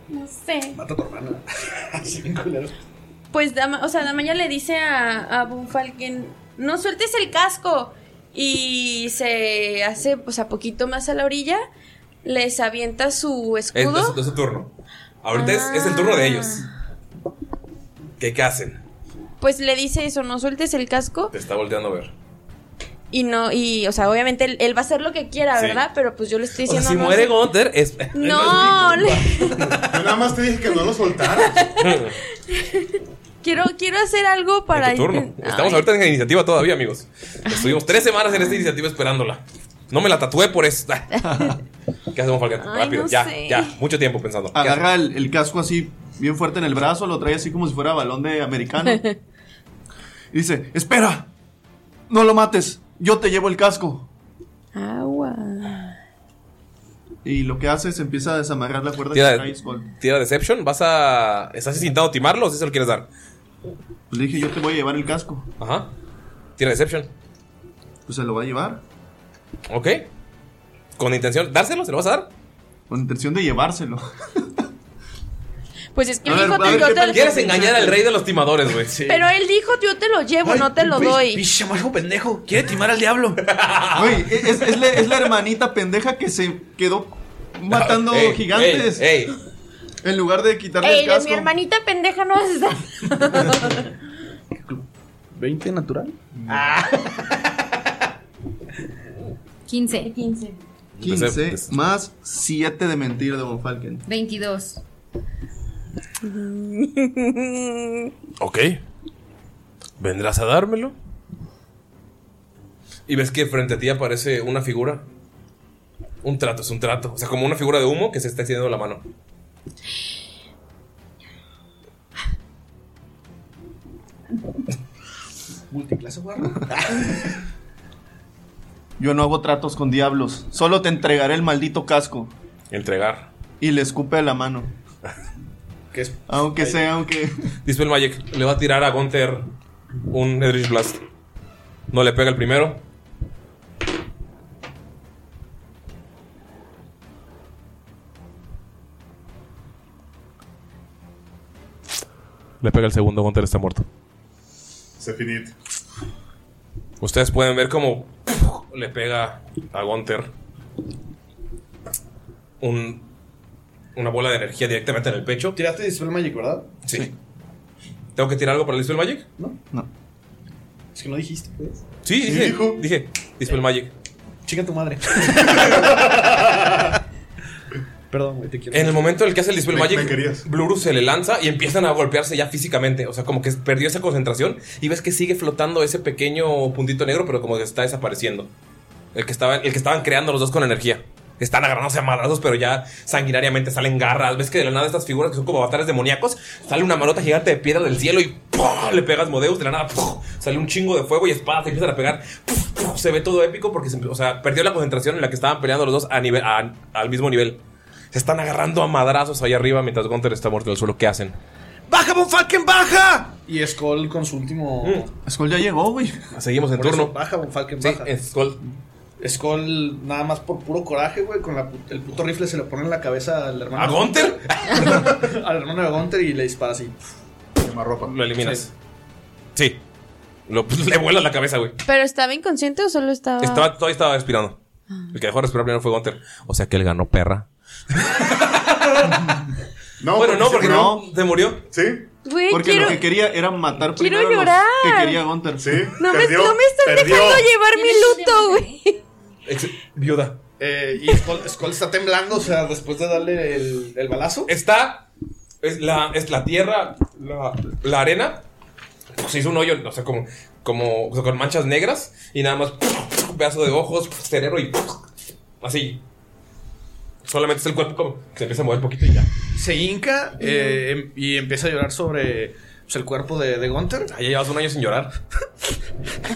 No sé.
Mata a tu hermana. Así bien culero.
Pues, Dama- o sea, Damaya le dice a, a Von Falken, no sueltes el casco. Y se hace, pues, a poquito más a la orilla, les avienta su
Es,
escudo.
no es- no es su turno. Ahorita es, es el turno de ellos. ¿Qué, ¿Qué hacen?
Pues le dice eso, no sueltes el casco.
Te está volteando a ver.
Y no, y, o sea, obviamente él, él va a hacer lo que quiera,
Sí.
¿verdad? Pero pues yo le estoy
O sea,
diciendo...
si
no
muere
sé-
Gunter, es.
No, le-
Yo nada más te dije que no lo soltaras.
quiero, quiero hacer algo para...
Tu turno.
inten-
Estamos ahorita en la iniciativa todavía, amigos. Estuvimos tres semanas en esta iniciativa esperándola. No me la tatué por eso. ¿Qué hacemos, Falcon?
Ay,
Rápido,
no
ya,
sé.
ya. Mucho tiempo pensando. ¿Qué
Agarra el, el casco así, bien fuerte en el brazo, lo trae así como si fuera balón de
Ah,
americano. Y dice: Espera, no lo mates, yo te llevo el casco.
Agua.
Y lo que hace es empieza a desamarrar la cuerda que
Tira,
trae Skull.
tira Deception, vas a. ¿Estás intentando timarlo o si se lo quieres dar?
Le dije, yo te voy a llevar el casco.
Ajá. Tira Deception.
Pues se lo va a llevar.
Ok. Con intención. ¿Dárselo? ¿Se lo vas a dar?
Con intención de llevárselo.
Pues es que
A
él
ver,
dijo,
a ver,
yo
¿qué
te
tal?
lo...
Quieres engañar al rey de los timadores, güey.
Pero él dijo, yo te lo llevo, no te lo doy.
Pinche chamaco pendejo. Quiere timar al diablo.
Güey, e, es, es la, es la hermanita pendeja que se quedó matando
Ey,
gigantes.
ey,
En lugar de quitarle
Ey,
el
de
casco.
mi hermanita pendeja no vas a estar.
20 natural.
Ah.
15. 15.
15 más 7 de mentira de Von Falken.
22.
Ok. ¿Vendrás a dármelo? Y ves que frente a ti aparece una figura. Un trato, es un trato. O sea, como una figura de humo que se está extendiendo la mano.
Multiclase guarro.
Yo no hago tratos con diablos. Solo te entregaré el maldito casco.
Entregar.
Y le escupe a la mano. Aunque sea, aunque.
Dispel Magic le va a tirar a Gunther un Eldritch Blast. No le pega el primero. Le pega el segundo, Gunther está muerto.
Se finit.
Ustedes pueden ver cómo puf, le pega a Gunther un- una bola de energía directamente en el pecho.
Tiraste Dispel Magic, ¿verdad?
Sí. ¿Tengo que tirar algo para el Dispel Magic?
Es que no dijiste, pues.
Sí,
Sí,
dije,
dijo.
dije Dispel Magic.
Chica tu madre. Perdón, güey, te quiero.
En el momento en el que hace el Dispel
Me-
Magic,
me querías.
Bluru se le lanza y empiezan a golpearse ya físicamente. O sea, como que perdió esa concentración y ves que sigue flotando ese pequeño puntito negro, pero como que está desapareciendo. El que, estaba, el que estaban creando los dos con energía. Están agarrándose a madrazos, pero ya sanguinariamente salen garras. Ves que de la nada estas figuras que son como avatares demoníacos, sale una manota gigante de piedra del cielo y ¡pum! le pegas Modeus. De la nada ¡pum! sale un chingo de fuego y espadas se empiezan a pegar. ¡pum! ¡pum! Se ve todo épico porque se empe- o sea, perdió la concentración en la que estaban peleando los dos a nivel, a- al mismo nivel. Se están agarrando a madrazos ahí arriba mientras Gunther está muerto en el suelo. ¿Qué hacen?
¡Baja, Bonfalken, baja! Y Skull con su último.
Skull ya llegó, güey. Mm. Seguimos en
Por eso,
turno.
baja, Bonfalken, baja.
Skull.
Skull, nada más por puro coraje, güey, con la pu- el puto rifle se le pone en la cabeza al hermano.
¿A Gunther?
al hermano de Gunter y le dispara así.
Lo eliminas. Sí. Lo- pues, le vuela la cabeza, güey.
¿Pero estaba inconsciente o solo estaba...?
Estaba, todavía estaba respirando. El que dejó de respirar primero fue Gunter. O sea que él ganó perra.
No,
bueno, no, porque no. ¿Te murió?
Sí.
Güey,
Porque
quiero-
lo que quería era matar
Quiero
primero a los
llorar.
que quería Gunter.
Sí.
No me, no me están dejando llevar mi luto, güey.
Viuda.
Eh, y Skull, Skull está temblando, o sea, después de darle el, el balazo.
Está. Es la, es la tierra, la, la arena. Pues, se hizo un hoyo, no sé, como, como o sea, con manchas negras. Y nada más. Un pedazo de ojos, cerebro y. Así. Solamente es el cuerpo como. que Se empieza a mover poquito y ya.
Se hinca eh, em- y empieza a llorar sobre pues, el cuerpo de, de Gunter.
Ah, ya llevas un año sin llorar.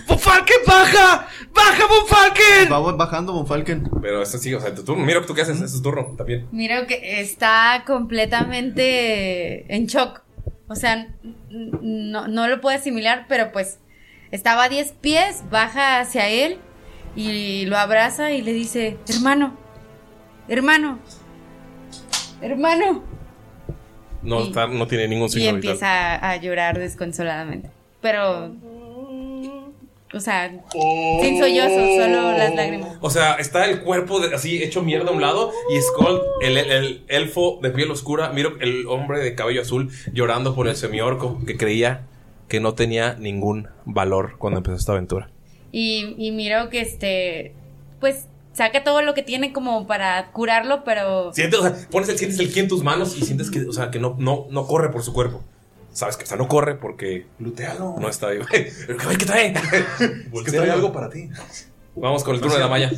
¡Bonfalken, baja! ¡Baja, Bonfalken!
Va bajando Bonfalken.
Pero eso sí, o sea, tu turno. Mira tú qué haces, es tu turno también.
Mira que está completamente en shock. O sea, n- n- no, no lo puede asimilar, pero pues estaba a 10 pies, baja hacia él y lo abraza y le dice, hermano, hermano, hermano.
No,
Y-
está- no tiene ningún
Y
signo vital.
empieza a, a llorar desconsoladamente. Pero, o sea, sin sollozos, solo las lágrimas.
O sea, está el cuerpo de- así hecho mierda a un lado y Skull, el, el- el elfo de piel oscura, miro el hombre de cabello azul llorando por el semiorco que creía que no tenía ningún valor cuando empezó esta aventura.
Y, y miro que este, pues saca todo lo que tiene como para curarlo, pero...
Sientes, o sea, pones el, sientes el ki en tus manos y sientes que, o sea, que no, no, no corre por su cuerpo. Sabes que, o sea, no corre porque
Lutealo.
no está vivo. Pero, güey, ¿Qué trae?
que trae algo para ti.
Vamos con el turno de la malla.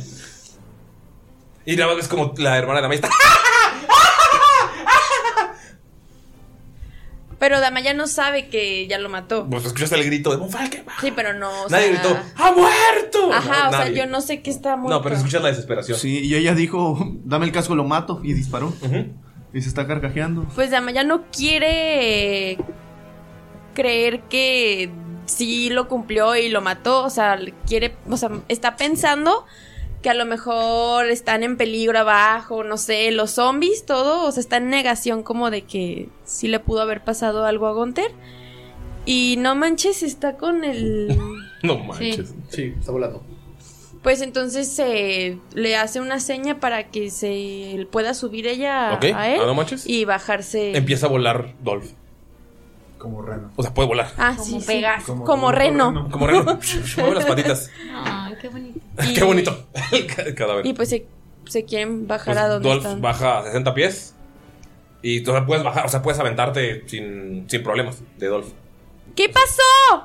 Y la es como la hermana de la malla está.
Pero Damaya no sabe que ya lo mató.
Pues escuchaste el grito de "Bonfire".
Sí, pero no, o
Nadie
sea-
gritó,
¡Ha muerto! Ajá,
No,
o sea,
nadie.
yo no sé qué está muerto.
No, pero escuchas la desesperación.
Sí, y ella dijo, dame el casco, lo mato. Y disparó. Y se está carcajeando.
Pues Damaya no quiere creer que sí lo cumplió y lo mató. O sea, quiere, o sea, está pensando que a lo mejor están en peligro abajo, no sé, los zombies, todo. O sea, está en negación como de que sí le pudo haber pasado algo a Gunther. Y no manches, está con el
No
manches.
Sí, está volando.
Pues entonces se le hace una seña para que se pueda subir ella
Ok,
a él
ah, no manches.
y bajarse.
Empieza a volar Dolph.
Como reno.
O sea, puede volar.
Ah,
Como
sí, sí.
Pegaso.
Como,
Como
reno.
Como reno. Mueve las patitas.
Ay, qué bonito.
Qué bonito. El ca- el cadáver.
Y pues se, se quieren bajar
Pues,
a donde
Dolph
están.
baja a 60 pies. Y tú puedes bajar, o sea, puedes aventarte sin, sin problemas de Dolph.
¿Qué pasó?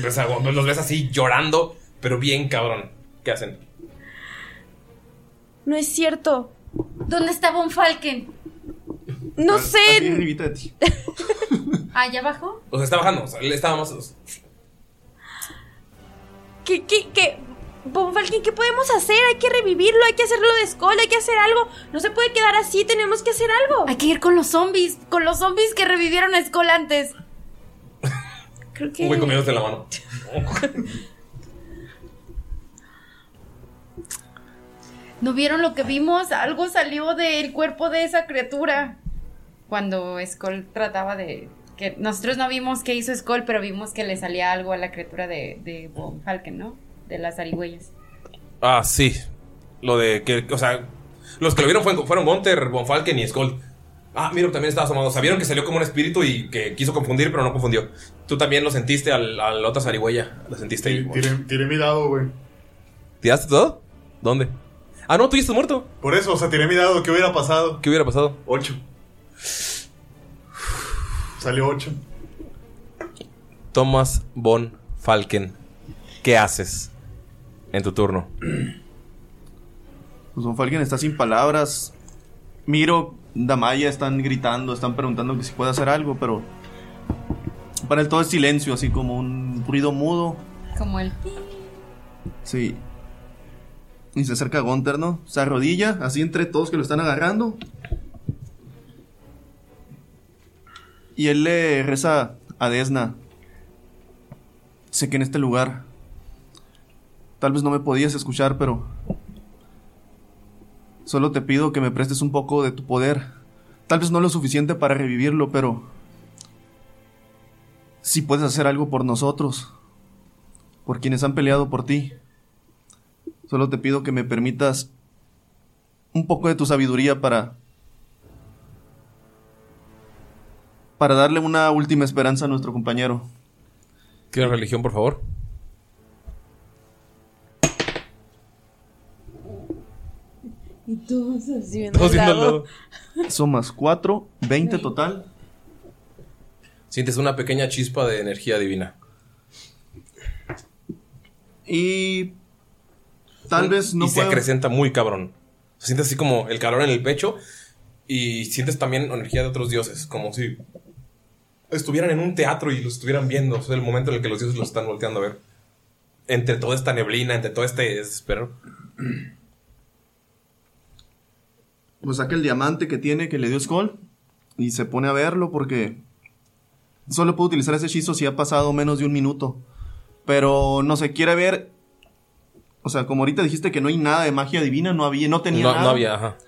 Ves a Gondor, los ves así llorando, pero bien cabrón. ¿Qué hacen?
No es cierto.
¿Dónde está Von Falken?
No sé.
¿Allá abajo?
O sea, está bajando. O sea, le estábamos.
¿Qué, qué, qué? Von Falken, ¿qué podemos hacer? Hay que revivirlo, hay que hacerlo de escola, hay que hacer algo. No se puede quedar así, tenemos que hacer algo.
Hay que ir con los zombies, con los zombies que revivieron a Skull antes.
Creo
Un güey comiéndose la mano.
¿No vieron lo que vimos? Algo salió del cuerpo de esa criatura. Cuando Skull trataba de... que Nosotros no vimos qué hizo Skull, pero vimos que le salía algo a la criatura de, de Von Falken, ¿no? De las arihuellas.
Ah, sí. Lo de que, o sea, los que lo vieron fueron, fueron Gunter, Bonfalken y Skull. Ah, Miro también estaba asomado. Sabieron que salió como un espíritu y que quiso confundir, pero no confundió. Tú también lo sentiste al, a la otra zarigüeya. Lo sentiste ahí.
Tiré, tiré mi dado, güey.
¿Tiraste todo? ¿Dónde? Ah, no, tú ya estás muerto.
Por eso, o sea, tiré mi dado. ¿Qué hubiera pasado?
¿Qué hubiera pasado?
Ocho. Salió ocho.
Thomas Von Falken, ¿qué haces en tu turno?
Pues Bonfalken está sin palabras. Miro, Damaya están gritando, están preguntando que si puede hacer algo, pero para él todo es silencio, así como un ruido mudo.
Como él.
Sí. Y se acerca a Gunther, ¿no? Se arrodilla, así entre todos que lo están agarrando. Y él le reza a Desna. Sé que en este lugar tal vez no me podías escuchar, pero solo te pido que me prestes un poco de tu poder. Tal vez no lo suficiente para revivirlo, pero si puedes hacer algo por nosotros, por quienes han peleado por ti, solo te pido que me permitas un poco de tu sabiduría para para darle una última esperanza a nuestro compañero.
Quiero religión, por favor.
Y todos así en
Todos
un
viendo al
lado.
lado.
Son más 4, 20 total.
Sientes una pequeña chispa de energía divina.
Y tal vez no
Y se
pueda-
acrecenta muy cabrón. Sientes así como el calor en el pecho y sientes también energía de otros dioses, como si estuvieran en un teatro y los estuvieran viendo. Es el momento en el que los dioses los están volteando a ver. Entre toda esta neblina, entre todo este desespero.
pues saca el diamante que tiene que le dio Skull y se pone a verlo porque solo puede utilizar ese hechizo si ha pasado menos de un minuto. Pero no se quiere ver. O sea, como ahorita dijiste que no hay nada de magia divina, no había, no tenía
No,
nada.
no había, ajá.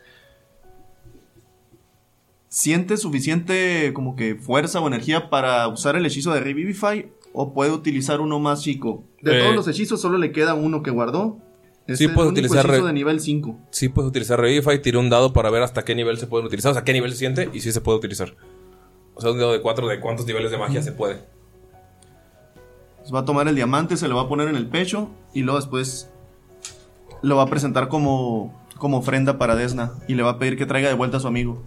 ¿Siente suficiente como que fuerza o energía para usar el hechizo de Revivify? ¿O puede utilizar uno más chico? De
Eh.
todos los hechizos solo le queda uno que guardó. Es
Sí,
el
puedes
único
utilizar
hechizo
re-
de nivel 5.
Sí puedes utilizar Revivify, tira un dado para ver hasta qué nivel se pueden utilizar, o sea, qué nivel se siente y si se puede utilizar. O sea, un dado de cuatro de cuántos niveles de magia se puede.
Pues va a tomar el diamante, se lo va a poner en el pecho y luego después lo va a presentar como, como ofrenda para Desna y le va a pedir que traiga de vuelta a su amigo.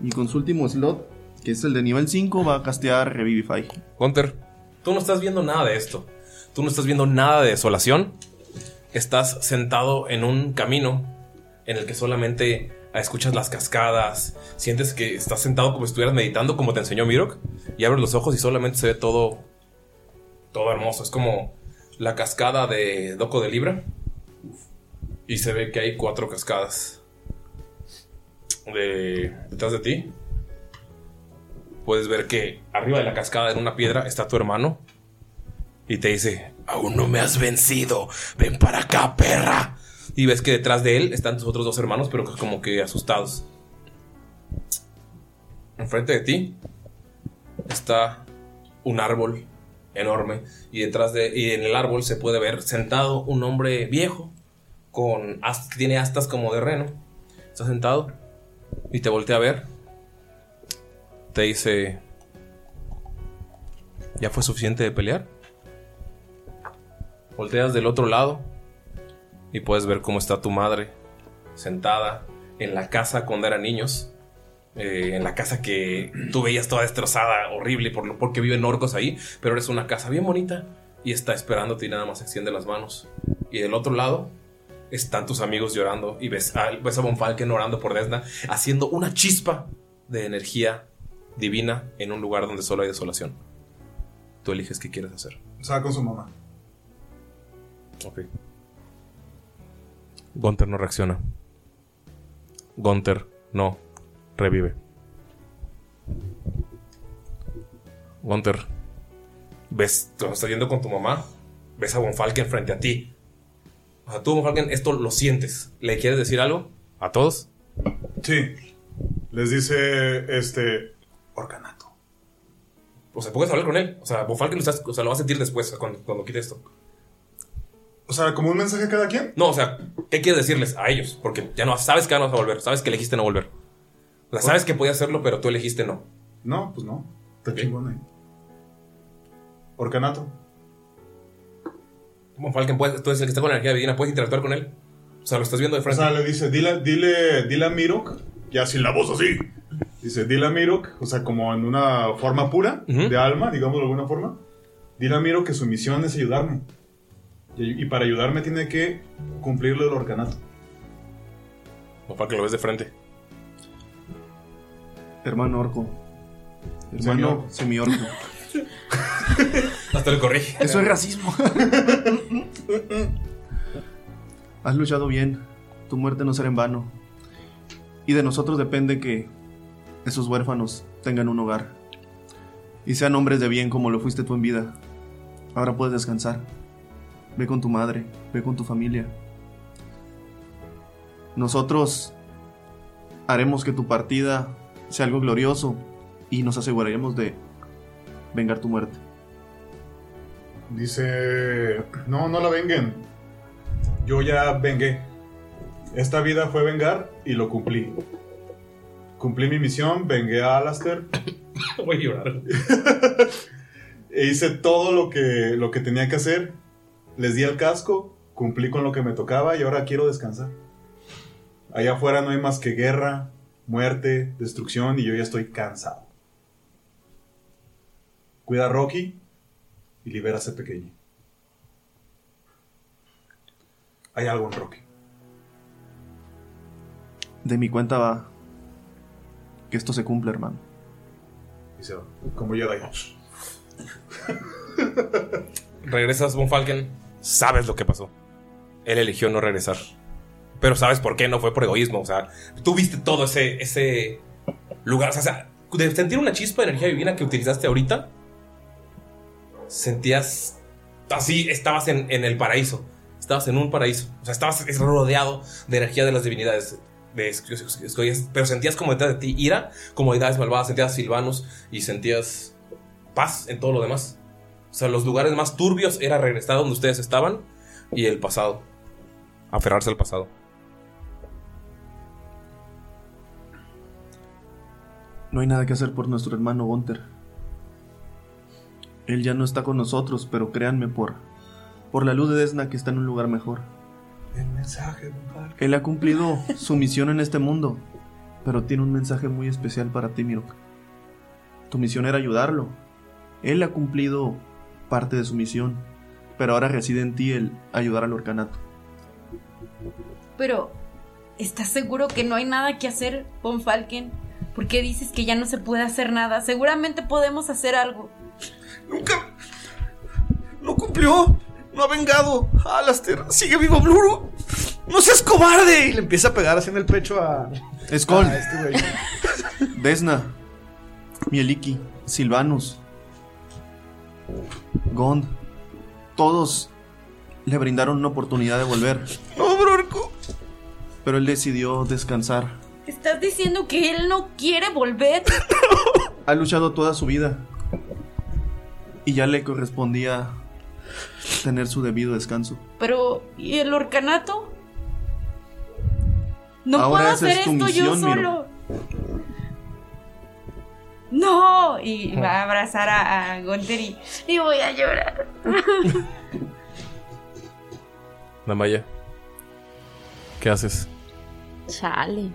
Y con su último slot, que es el de nivel 5, va a castear Revivify.
Hunter, tú no estás viendo nada de esto. Tú no estás viendo nada de desolación. Estás sentado en un camino en el que solamente ah, escuchas las cascadas. Sientes que estás sentado como si estuvieras meditando, como te enseñó Mirok. Y abres los ojos y solamente se ve todo. Todo hermoso. Es como la cascada de Doco de Libra. Y se ve que hay cuatro cascadas. De, detrás de ti puedes ver que arriba de la cascada en una piedra está tu hermano y te dice, aún no me has vencido, ven para acá, perra. Y ves que detrás de él están tus otros dos hermanos, pero que como que asustados. Enfrente de ti está un árbol enorme y detrás de y en el árbol se puede ver sentado un hombre viejo con as- que tiene astas como de reno. Está sentado y te voltea a ver te dice, ¿ya fue suficiente de pelear? Volteas del otro lado y puedes ver cómo está tu madre sentada en la casa cuando eran niños. eh, en la casa que tú veías toda destrozada, horrible, por lo, porque viven orcos ahí, pero es una casa bien bonita y está esperándote y nada más extiende las manos. Y del otro lado están tus amigos llorando y ves a, ves a Von Falken orando por Desna, haciendo una chispa de energía divina en un lugar donde solo hay desolación. Tú eliges qué quieres hacer.
Estaba con su mamá.
Ok. Gunter no reacciona. Gunter no revive. Gunter, ves, cuando estás yendo con tu mamá, ves a Bonfalken frente a ti. O sea, tú, Bonfalken, esto lo sientes. ¿Le quieres decir algo a todos?
Sí. Les dice este. Orcanato.
O sea, puedes hablar con él. O sea, Bonfalken lo, estás- o sea, lo vas a sentir después, cuando, cuando quite esto.
O sea, como un mensaje a cada quien.
No, o sea, ¿qué quieres decirles a ellos? Porque ya no sabes que ya no vas a volver, sabes que elegiste no volver. O sea, sabes que podías hacerlo, pero tú elegiste no.
No, pues no. Está chingón ahí. Orcanato.
Von Falken, puedes- tú eres el que está con la energía divina, puedes interactuar con él. O sea, lo estás viendo de
O
frente.
sea, le dice, dile, dile, dile a Mirok, ya sin la voz así. Dice, dile a Mirok, o sea, como en una forma pura de alma, digamos de alguna forma. Dile a Mirok que su misión es ayudarme. Y, y para ayudarme tiene que cumplirlo del orcanato.
Von Falken lo ves de frente.
Hermano orco. Hermano semiorco.
Hasta lo corrige.
Eso es racismo. Has luchado bien, tu muerte no será en vano. Y de nosotros depende que esos huérfanos tengan un hogar. Y sean hombres de bien como lo fuiste tú en vida. Ahora puedes descansar. Ve con tu madre, ve con tu familia. Nosotros haremos que tu partida sea algo glorioso y nos aseguraremos de vengar tu muerte.
Dice, no, no la venguen. Yo ya vengué. Esta vida fue vengar y lo cumplí. Cumplí mi misión, vengué a Alastair.
Voy a llorar.
e hice todo lo que, lo que tenía que hacer. Les di el casco, cumplí con lo que me tocaba y ahora quiero descansar. Allá afuera no hay más que guerra, muerte, destrucción y yo ya estoy cansado. Cuida a Rocky y libera a ese pequeño. Hay algo en Rocky.
De mi cuenta va que esto se cumpla, hermano.
Y se va. Como yo de ahí.
Regresas, Von Falken. Sabes lo que pasó. Él eligió no regresar. Pero sabes por qué, no fue por egoísmo. O sea, tú viste todo ese, ese lugar. O sea, de sentir una chispa de energía divina que utilizaste ahorita, sentías así, estabas en, en el paraíso. Estabas en un paraíso. O sea, estabas es- rodeado de energía de las divinidades. De, es- es- es- pero sentías como detrás de ti ira, como deidades malvadas, sentías silvanos y sentías paz en todo lo demás. O sea, los lugares más turbios era regresar a donde ustedes estaban y el pasado. Aferrarse al pasado.
No hay nada que hacer por nuestro hermano Gunther. Él ya no está con nosotros, pero créanme por por la luz de Desna que está en un lugar mejor.
El mensaje, Von Falken.
Él ha cumplido su misión en este mundo, pero tiene un mensaje muy especial para ti, Mirok. Tu misión era ayudarlo. Él ha cumplido parte de su misión, pero ahora reside en ti el ayudar al orcanato.
Pero, ¿estás seguro que no hay nada que hacer, Von Falken? ¿Por qué dices que ya no se puede hacer nada? Seguramente podemos hacer algo.
¡No cumplió! ¡No ha vengado!
¡Ah,
¡Alastair! ¡Sigue vivo, Bluro! ¡No seas cobarde! Y le empieza a pegar así en el pecho a.
Skull.
a este güey.
Desna, Mieliki, Silvanus, Gond, todos le brindaron una oportunidad de volver.
¡No, Brorco!
Pero él decidió descansar.
¿Estás diciendo que él no quiere volver?
Ha luchado toda su vida. Y ya le correspondía tener su debido descanso.
Pero, ¿y el orcanato? No
Ahora
puedo
esa
hacer
es tu
esto yo
misión, Miro.
solo. No, y va a abrazar a, a Gunther y, y voy a llorar.
Namaya. ¿Qué haces?
Chale.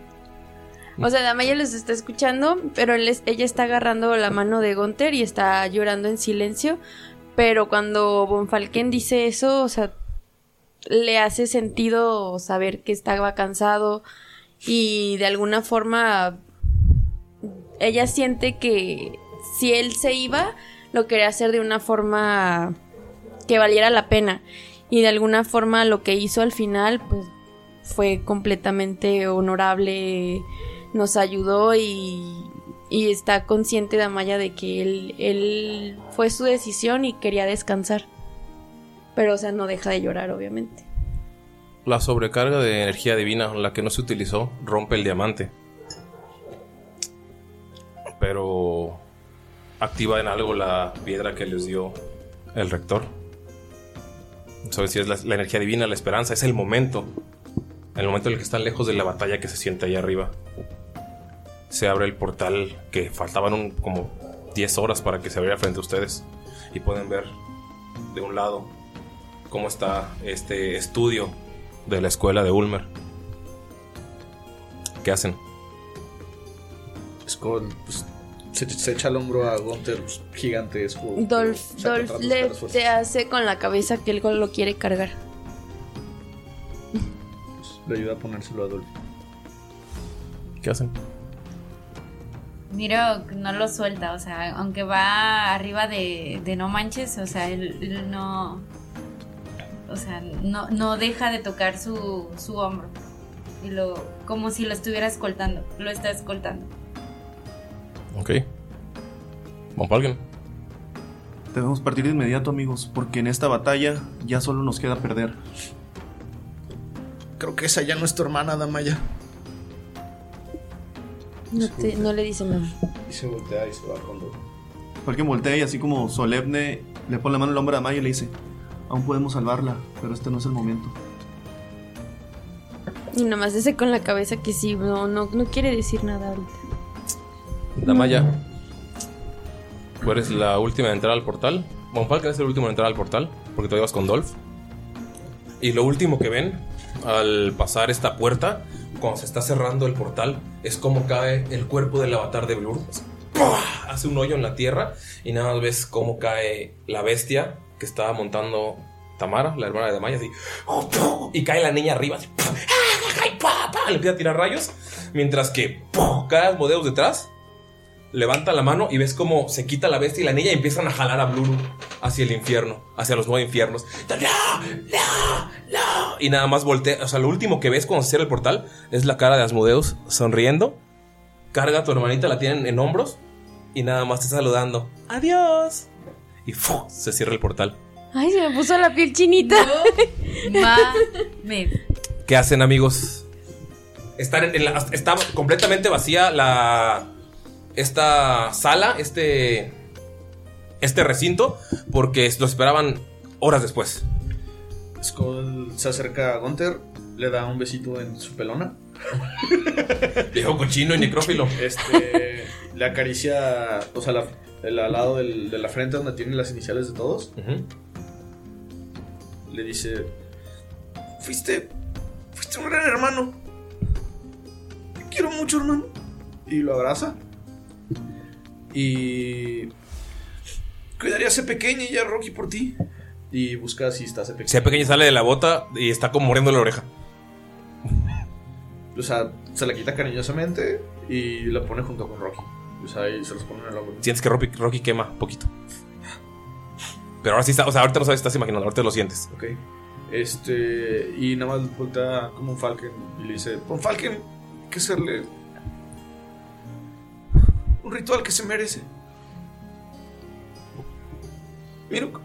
O sea, Damaya los está escuchando, pero él es- ella está agarrando la mano de Gunther y está llorando en silencio. Pero cuando Von Falken dice eso, o sea, le hace sentido saber que estaba cansado y de alguna forma ella siente que si él se iba, lo quería hacer de una forma que valiera la pena. Y de alguna forma lo que hizo al final, pues fue completamente honorable, nos ayudó y, y está consciente Damaya de que él, él fue su decisión y quería descansar. Pero, o sea, no deja de llorar, obviamente.
La sobrecarga de energía divina, la que no se utilizó, rompe el diamante. Pero activa en algo la piedra que les dio el rector. Eso es, es la, la energía divina, la esperanza, es el momento. El momento en el que están lejos de la batalla que se siente ahí arriba. Se abre el portal que faltaban un- como 10 horas para que se abriera frente a ustedes. Y pueden ver de un lado cómo está este estudio de la escuela de Ulmer. ¿Qué hacen?
Skull, pues, se, se echa al hombro a Gunther, pues, gigantesco.
Dolph,
O sea,
Dolph
tratando de
le
buscar las fuerzas.
te hace con la cabeza que él lo quiere cargar.
Le ayuda a ponérselo a Dolph.
¿Qué hacen?
Miro, no lo suelta, o sea, aunque va arriba de, de no manches, o sea, él, él no.
o sea, no, no deja de tocar su, su hombro. Y lo, como si lo estuviera escoltando. Lo está escoltando.
Ok. Von Falken.
Debemos partir de inmediato, amigos, porque en esta batalla ya solo nos queda perder.
Creo que esa ya no es tu hermana, Damaya.
No, te- no le dice nada.
Y se voltea y se va cuando. Falken voltea y así como solemne le pone la mano en el hombro a Maya y le dice: Aún podemos salvarla, pero este no es el momento.
Y nomás ese con la cabeza que sí, no, no, no quiere decir nada ahorita.
Damaya. Tú eres la última en entrar al portal. Bonfalken es el último en entrar al portal. Porque todavía vas con Dolph. Y lo último que ven al pasar esta puerta, cuando se está cerrando el portal, es como cae el cuerpo del avatar de Blur. Así, ¡pua! Hace un hoyo en la tierra y nada más ves cómo cae la bestia que estaba montando Tamara, la hermana de Damaya, así. Y cae la niña arriba. así, ¡Ah, le empieza a tirar rayos. Mientras que ¡pum! cae Asmodeus detrás. Levanta la mano y ves como se quita la bestia y la niña y empiezan a jalar a Bluru hacia el infierno, hacia los nueve infiernos. ¡No! ¡No! ¡No! Y nada más voltea. O sea, lo último que ves cuando se cierra el portal es la cara de Asmodeus sonriendo. Carga a tu hermanita, la tienen en hombros y nada más te está saludando.
Adiós.
Y ¡fu! se cierra el portal.
Ay, se me puso la piel chinita.
¿Qué hacen, amigos? Están en- en la- está completamente vacía la. Esta sala, este. Este recinto, porque lo esperaban horas después.
Skull se acerca a Gunther, le da un besito en su pelona.
Viejo cochino y necrófilo.
Este, le acaricia, o sea, la- el al lado del- de la frente donde tiene las iniciales de todos. Le dice, fuiste, fuiste un gran hermano. Te quiero mucho, hermano. Y lo abraza. Y... Cuidaría a ese pequeño y a Rocky por ti. Y busca si está ese pequeño.
Sea pequeña sale de la bota y está como muriendo la oreja.
O sea, se la quita cariñosamente y la pone junto con Rocky. O sea, y se los pone en el hombro.
Sientes que Rocky, Rocky quema poquito. Pero ahora sí está, o sea, ahorita no sabes si estás imaginando, ahorita lo sientes.
Ok. Este. Y nada más voltea como un Falken y le dice: Pon Falken, hay que hacerle. Un ritual que se merece. Mirok.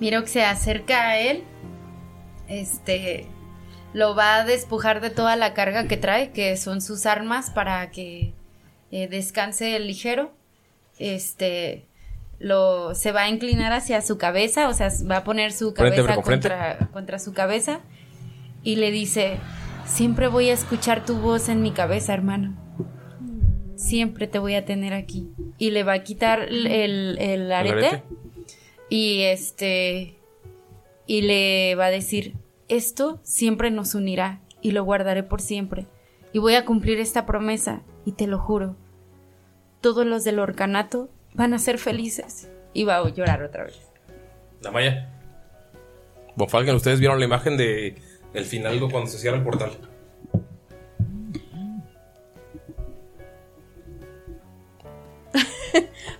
Mirok se acerca a él. Este. Lo va a despojar de toda la carga que trae, que son sus armas, para que eh, descanse ligero. Este. Lo, se va a inclinar hacia su cabeza, o sea, va a poner su
Frente
cabeza
con frente.
contra, contra su cabeza. Y le dice: Siempre voy a escuchar tu voz en mi cabeza, hermano. Siempre te voy a tener aquí. Y le va a quitar el, el arete.
arete?
Y este. Y le va a decir: Esto siempre nos unirá y lo guardaré por siempre. Y voy a cumplir esta promesa y te lo juro. Todos los del orcanato van a ser felices. Y va a llorar otra vez.
La malla. Bonfalken, ustedes vieron la imagen de el final cuando se cierra el portal.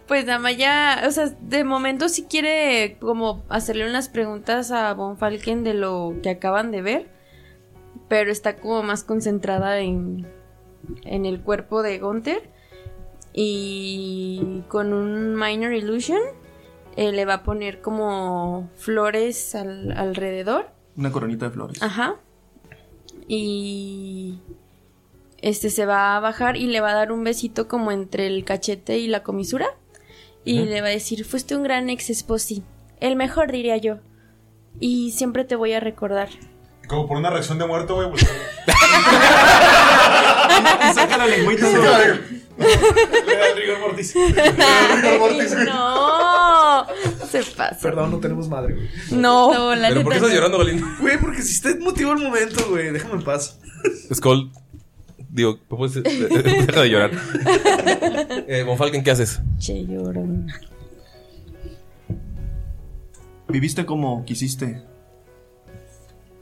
Pues Damaya, o sea, de momento sí quiere como hacerle unas preguntas a Von Falken de lo que acaban de ver, pero está como más concentrada en, en el cuerpo de Gunther y con un Minor Illusion eh, le va a poner como flores al- alrededor.
Una coronita de flores.
Ajá. Y este se va a bajar y le va a dar un besito como entre el cachete y la comisura. Y
Ujú.
le va a decir, fuiste un gran ex esposi. El mejor, diría yo. Y siempre te voy a recordar.
Como por una reacción de muerto, güey. pues,
Saca la lengüita.
Le da el rigor mortis.
no. Se pasa.
Perdón, no tenemos madre, güey.
No. No,
la ¿Pero por qué neta estás no. llorando, Galindo?
Güey, porque si usted motivó el momento, güey. Déjame en paz.
Skull, digo, pues, eh, eh, deja de llorar. Eh, Bonfalken, ¿qué haces?
Che, lloro.
Viviste como quisiste.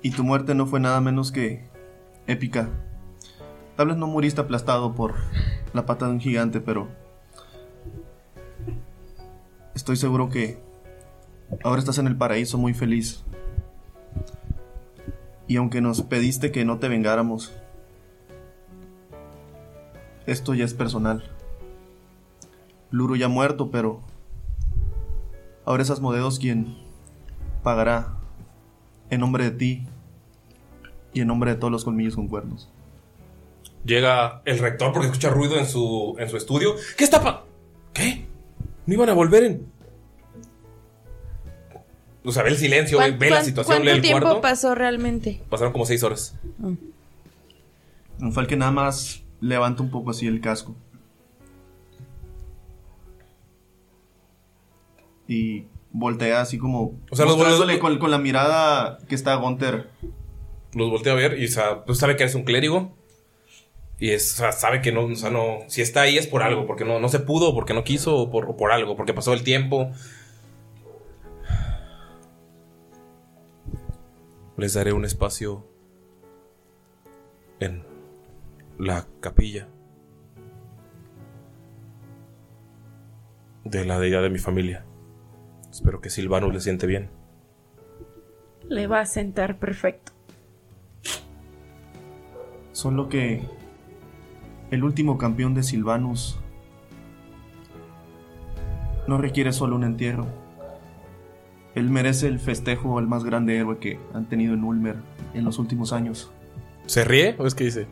Y tu muerte no fue nada menos que épica. Tal vez no muriste aplastado por la pata de un gigante, pero estoy seguro que ahora estás en el paraíso muy feliz. Y aunque nos pediste que no te vengáramos, esto ya es personal. Bluru ya ha muerto, pero ahora es Asmodeus quien pagará en nombre de ti y en nombre de todos los colmillos con cuernos.
Llega el rector porque escucha ruido en su, en su estudio. ¿Qué está pa ¿Qué? ¿No iban a volver en.? O sea, ve el silencio, ve, ve la situación, lee
¿Cuánto
el
tiempo
cuarto.
pasó realmente?
Pasaron como seis horas.
Falque Mm. nada más levanta un poco así el casco. Y voltea así como.
O sea, los
mostrándole con, con la mirada que está Gunther.
Los voltea a ver y o sea, pues sabe que eres un clérigo. Y es, o sea, sabe que no, o sea, no. Si está ahí es por algo, porque no, no se pudo, porque no quiso, o por, o por algo, porque pasó el tiempo. Les daré un espacio en la capilla de la deidad de mi familia. Espero que Silvanus le siente bien.
Le va a sentar perfecto.
Solo que. El último campeón de Silvanus. No requiere solo un entierro. Él merece el festejo al más grande héroe que han tenido en Ulmer en los últimos años.
¿Se ríe o es que dice?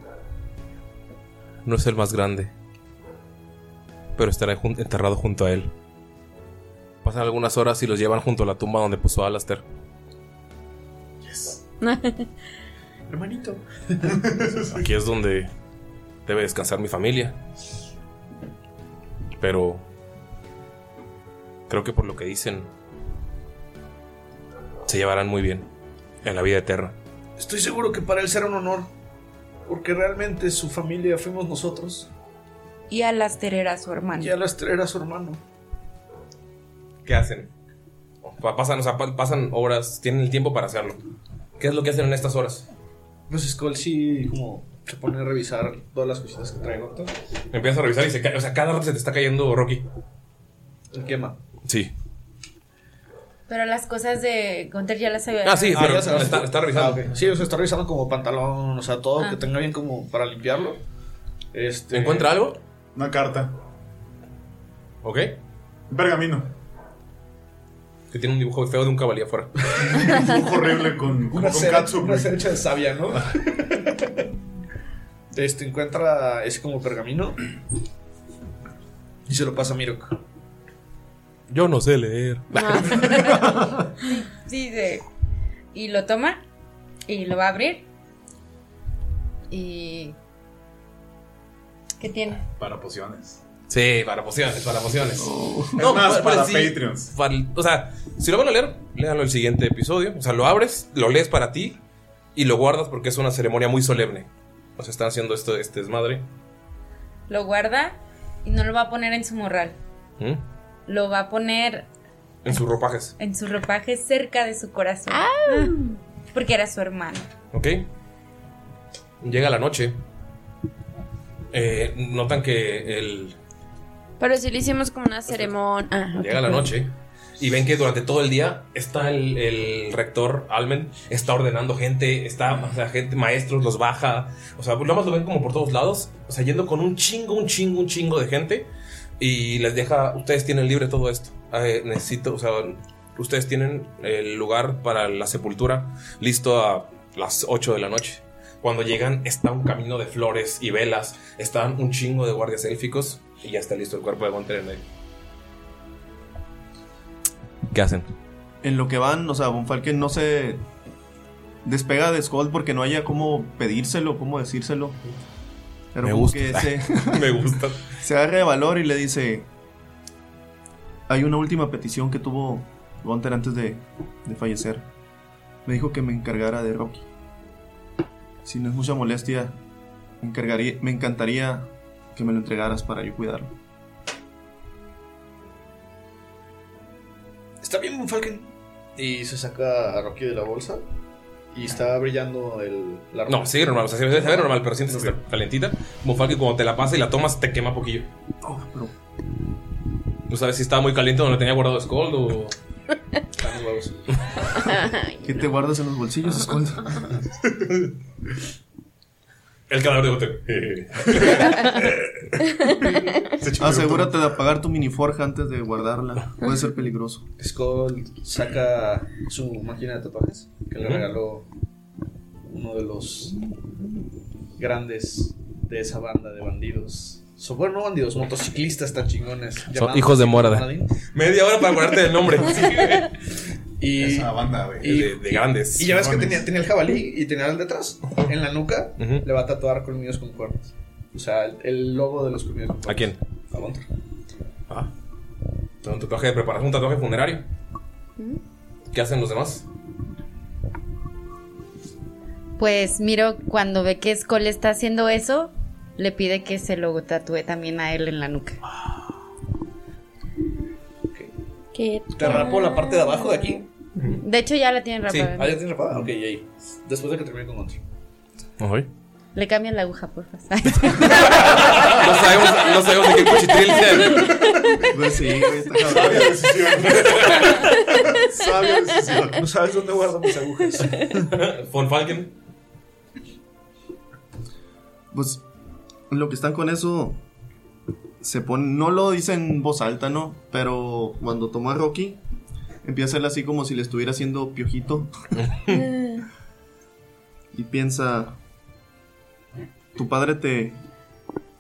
No es el más grande, pero estará jun- enterrado junto a él. Pasan algunas horas y los llevan junto a la tumba donde puso a Alastair.
Hermanito.
Aquí es donde debe descansar mi familia. Pero creo que por lo que dicen, se llevarán muy bien en la vida eterna.
Estoy seguro que para él será un honor. Porque realmente su familia fuimos nosotros.
Y Alastair era su hermano.
Y Alastair era su hermano.
¿Qué hacen? Pa- Pasan, o sea, pa- pasan horas, tienen el tiempo para hacerlo. ¿Qué es lo que hacen en estas horas?
Pues Skull sí como se pone a revisar todas las cositas que trae Gota.
Empiezas a revisar y se cae, o sea, cada rato se te está cayendo Rocky.
El quema.
Sí.
Pero las cosas de Gunther ya las había.
Ah, ya se las-
está- está revisando.
Ah, ok. Sí, o sea, está revisando como pantalón, o sea, todo
Ah.
que tenga bien como para limpiarlo. Este,
¿Encuentra algo?
Una carta.
¿Ok?
Un pergamino.
Que tiene un dibujo feo de un caballero afuera.
Un dibujo horrible con, con,
Una
con Ah.
cera,
catsup.
una cera hecha de savia, ¿no? este, encuentra ese como pergamino y se lo pasa a Mirok.
Yo no sé leer.
Ah.
Ah.
Sí, de- Y lo toma y lo va a abrir. Y. ¿Qué tiene?
Para pociones.
Sí, para pociones, para pociones.
Es más, para
sí,
Patreons.
para el- o sea, si lo van a leer, léanlo el siguiente episodio. O sea, lo abres, lo lees para ti y lo guardas porque es una ceremonia muy solemne. O sea, están haciendo esto, este desmadre.
Lo guarda y no lo va a poner en su morral.
¿Mm?
Lo va a poner
En sus ropajes.
en su ropaje cerca de su corazón. Porque era su hermano.
¿Ok? Llega la noche. Eh, notan que el,
Pero si le hicimos como una ceremonia. Ah, ok,
Llega la
perdón.
noche y ven que durante todo el día está el, el rector Almen, está ordenando gente, está, o sea, gente, maestros, los baja, o sea, pues nada más lo ven como por todos lados, o sea, yendo con un chingo, un chingo, un chingo de gente y les deja, ustedes tienen libre todo esto, Eh, necesito, o sea, ustedes tienen el lugar para la sepultura listo a las 8 de la noche. Cuando llegan está un camino de flores y velas, están un chingo de guardias élficos y ya está listo el cuerpo de Gonter en el- ¿Qué hacen?
En lo que van, o sea, Von Falken no se despega de Skull porque no haya cómo pedírselo, cómo decírselo. Pero
Me
como
gusta.
que se,
Me gusta.
se agarra de valor y le dice: Hay una última petición que tuvo Gunther antes de, de fallecer. Me dijo que me encargara de Rocky. Si no es mucha molestia, me, encargaría, me encantaría que me lo entregaras para yo cuidarlo.
Está bien, Von Falken. Y se saca a Rocky de la bolsa y está brillando el, la
No, sigue normal. O sea, se ve, se ve normal, pero sientes que está calentita. Como Falke, cuando te la pasa y la tomas, te quema poquillo. No sabes si estaba muy caliente donde tenía guardado Scold o.
¿Qué te guardas en los
Ah,
bolsillos, Skull?
El cadáver de Goten.
Asegúrate de apagar tu miniforja antes de guardarla. Puede ser peligroso.
Skull saca su máquina de tatuajes que le
Ujú.
regaló uno de los grandes de esa banda de bandidos. So- bueno, no bandidos, motociclistas tan chingones. llamados
hijos de
así,
Morada.
Morada.
Media hora para acordarte del nombre. Sí,
y,
Esa banda, güey.
y-
de, de grandes.
Y ya ves que
Chingones.
tenía, tenía el jabalí y tenía el detrás. En la nuca le va a tatuar colmillos con cuernos. O sea, el, el logo de los colmillos con
¿A
cuernos.
quién?
A Gunter.
Ah. Un tatuaje de preparación, un tatuaje funerario. ¿Qué hacen los demás?
Pues miro cuando ve que Skull está haciendo eso, le pide que se lo tatúe también a él en la nuca.
¿Qué
Te rapo la parte de abajo de aquí.
De hecho ya la tienen
Sí,
rapada.
ah, ya tienes rapada. Ok, ahí. Después de que termine con Gunter.
Le cambian la aguja, por favor.
No sabemos, no sabemos de qué cuchitril sea.
Pues sí,
Sabia
decisión. No sabes dónde guardo mis agujas.
Von Falken.
Pues en lo que están con eso se ponen, no lo dicen en voz alta, ¿no? Pero cuando toma a Rocky empieza a hacerle así como si le estuviera haciendo piojito y piensa tu padre te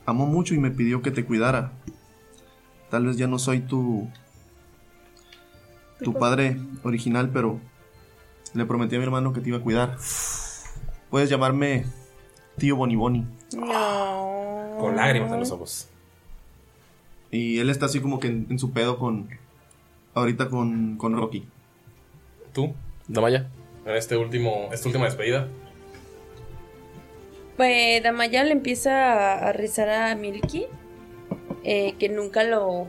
amó mucho y me pidió que te cuidara. Tal vez ya no soy tu tu padre original, pero le prometí a mi hermano que te iba a cuidar. Puedes llamarme tío Boniboni.
No.
Con lágrimas en los ojos.
Y él está así como que en, en su pedo con. Ahorita con, con Rocky.
¿Tú? Damaya. En este último, esta última despedida.
Pues Damaya le empieza a, a rezar a Milky, eh, que nunca lo,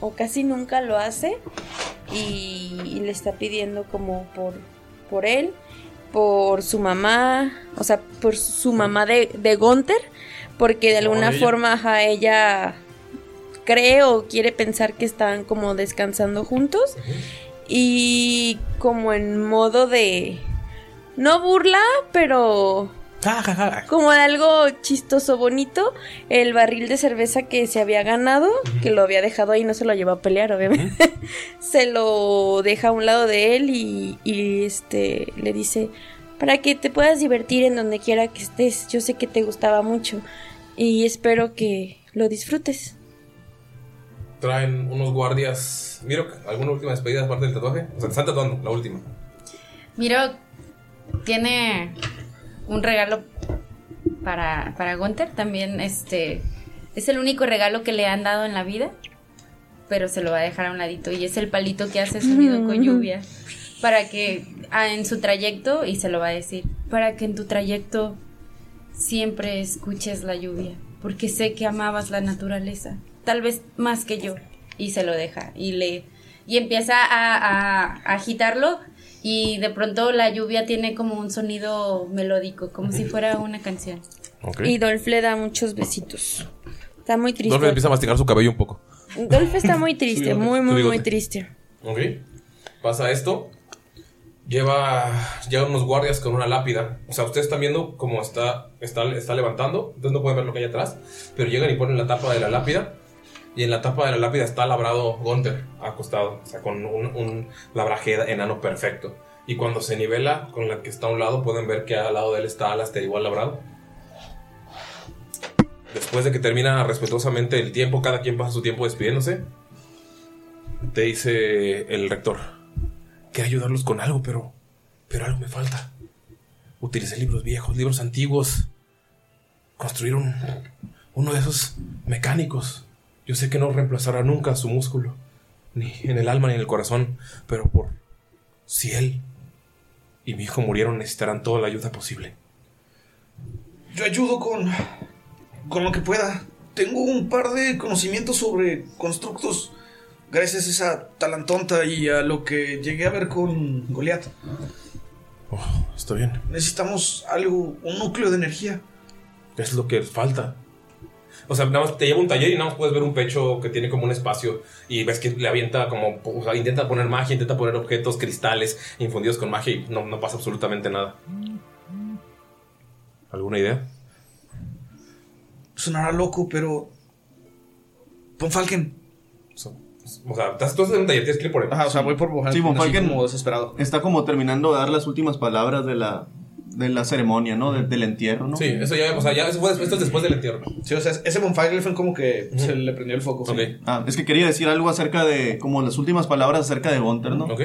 o casi nunca lo hace, y, y le está pidiendo como por, por él, por su mamá, o sea, por su mamá de, de Gunther, porque de alguna
ella.
forma ajá, ella cree o quiere pensar que están como descansando juntos, y como en modo de... No burla, pero como de algo chistoso bonito, el barril de cerveza que se había ganado, que lo había dejado ahí, no se lo llevó a pelear, obviamente, se lo deja a un lado de él y, y, este le dice para que te puedas divertir en donde quiera que estés. Yo sé que te gustaba mucho y espero que lo disfrutes.
Traen unos guardias. Miro, ¿alguna última despedida aparte del tatuaje? O sea, te están tatuando, la última.
Miro, tiene un regalo para, para Gunther. También este es el único regalo que le han dado en la vida, pero se lo va a dejar a un ladito. Y es el palito que hace sonido con lluvia. Para que ah, en su trayecto, y se lo va a decir, para que en tu trayecto siempre escuches la lluvia. Porque sé que amabas la naturaleza, tal vez más que yo. Y se lo deja y le. Y empieza a- a- a agitarlo y de pronto la lluvia tiene como un sonido melódico, como si fuera una canción.
Ok.
Y Dolph le da muchos besitos. Está muy triste.
Dolph empieza a masticar su cabello un poco.
Dolph está muy
Su
triste,
bigote,
muy,
su
muy, muy
bigote.
triste.
Ok. Pasa esto. Lleva, lleva unos guardias con una lápida. O sea, ustedes están viendo cómo está, está, está levantando. Entonces no pueden ver lo que hay atrás. Pero llegan y ponen la tapa de la lápida. Y en la tapa de la lápida está labrado Gunther, acostado. O sea, con un, un labrajeda enano perfecto. Y cuando se nivela con la que está a un lado, pueden ver que al lado de él está Alastair igual labrado. Después de que termina respetuosamente el tiempo, cada quien pasa su tiempo despidiéndose. Te dice el rector. Quiero ayudarlos con algo, pero. Pero algo me falta. Utilicé libros viejos, libros antiguos. Construir un- uno de esos mecánicos. Yo sé que no reemplazará nunca su músculo. Ni en el alma ni en el corazón. Pero por. Si él y mi hijo murieron, necesitarán toda la ayuda posible.
Yo ayudo con. con lo que pueda. Tengo un par de conocimientos sobre constructos. Gracias a esa talantonta y a lo que llegué a ver con Goliath.
Está bien.
Necesitamos algo, un núcleo de energía.
Es lo que falta. O sea, nada más te lleva a un taller y nada más puedes ver un pecho que tiene como un espacio y ves que le avienta como, o sea, intenta poner magia, intenta poner objetos, cristales infundidos con magia y no, no pasa absolutamente nada. ¿Alguna idea?
Sonará loco, pero. Von Falken.
O sea, estás- tú estás en un taller, tienes que ir por él.
Ajá, o sea, voy por Bohan. Sí, Von Falken Está como terminando de dar las últimas palabras de la, de la ceremonia, ¿no? De- del entierro, ¿no?
Sí, eso ya, o sea, ya eso fue después, esto es después del entierro.
Sí, o sea, ese bonfire fue como que
se
le prendió el foco.
sí.
Ah, es que quería decir algo acerca de, como las últimas palabras acerca de Gunter, ¿no?
Ok.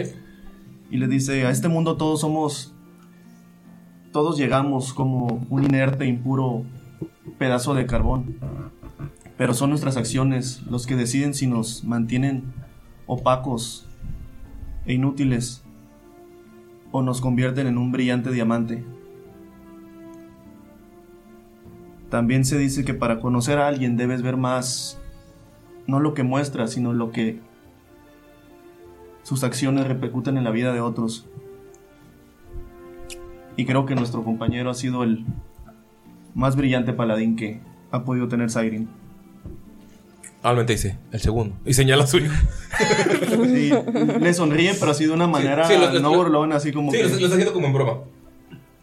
Y les dice, a este mundo todos somos, todos llegamos como un inerte, impuro pedazo de carbón. Pero son nuestras acciones los que deciden si nos mantienen opacos e inútiles o nos convierten en un brillante diamante. También se dice que para conocer a alguien debes ver más, no lo que muestra, sino lo que sus acciones repercuten en la vida de otros. Y creo que nuestro compañero ha sido el más brillante paladín que ha podido tener Sairin.
Almente dice, el segundo. Y señala suyo.
Sí, le sonríe, pero así de una manera
sí, lo- lo-
no
lo-
burlona, así como
sí,
que...
lo- lo está haciendo como en broma.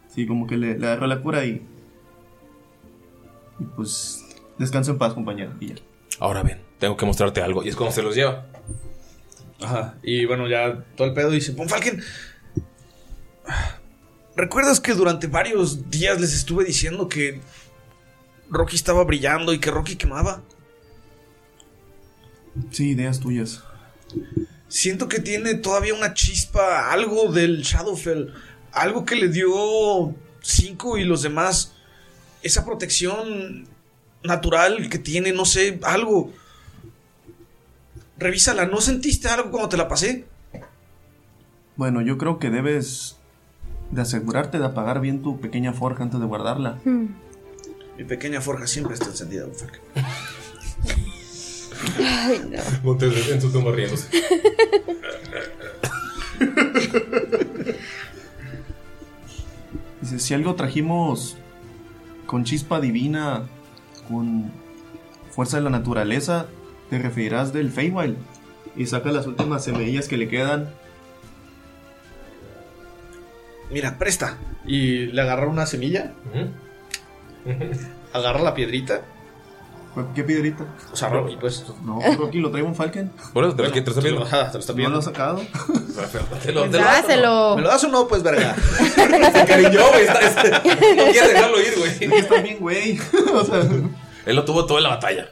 Sí, como que le, le agarró la cura y... y pues descansa en paz, compañero. Y ya.
Ahora ven, tengo que mostrarte algo. Y es como se los lleva.
Ajá. Y bueno, ya todo el pedo dice: Von Falken. ¿Recuerdas que durante varios días les estuve diciendo que Rocky estaba brillando y que Rocky quemaba?
Sí, ideas tuyas.
Siento que tiene todavía una chispa, algo del Shadowfell, algo que le dio Cinco y los demás, esa protección natural que tiene, no sé, algo. Revísala, ¿no sentiste algo cuando te la pasé?
Bueno, yo creo que debes de asegurarte de apagar bien tu pequeña forja antes de guardarla.
Mi pequeña forja siempre está encendida, Von Falken.
Ay, no.
Montes en su tumba riéndose.
Dice, si algo trajimos con chispa divina, con fuerza de la naturaleza, te referirás del Feywild. Y saca las últimas semillas que le quedan.
Mira, presta.
Y le agarra una semilla. Agarra la piedrita.
¿Qué piedrita?
O sea, Rocky, pues.
No, Rocky lo trae un Falken.
Por eso te lo te lo está pidiendo.
Ajá, te lo está
¿No
pidiendo.
lo ha sacado?
Te lo- te lo-
Dáselo.
¿Me lo das o no? Pues verga.
Se cariñó, güey. está- está- No quiere dejarlo ir, güey.
Está bien, güey. O sea,
Él lo tuvo toda la batalla.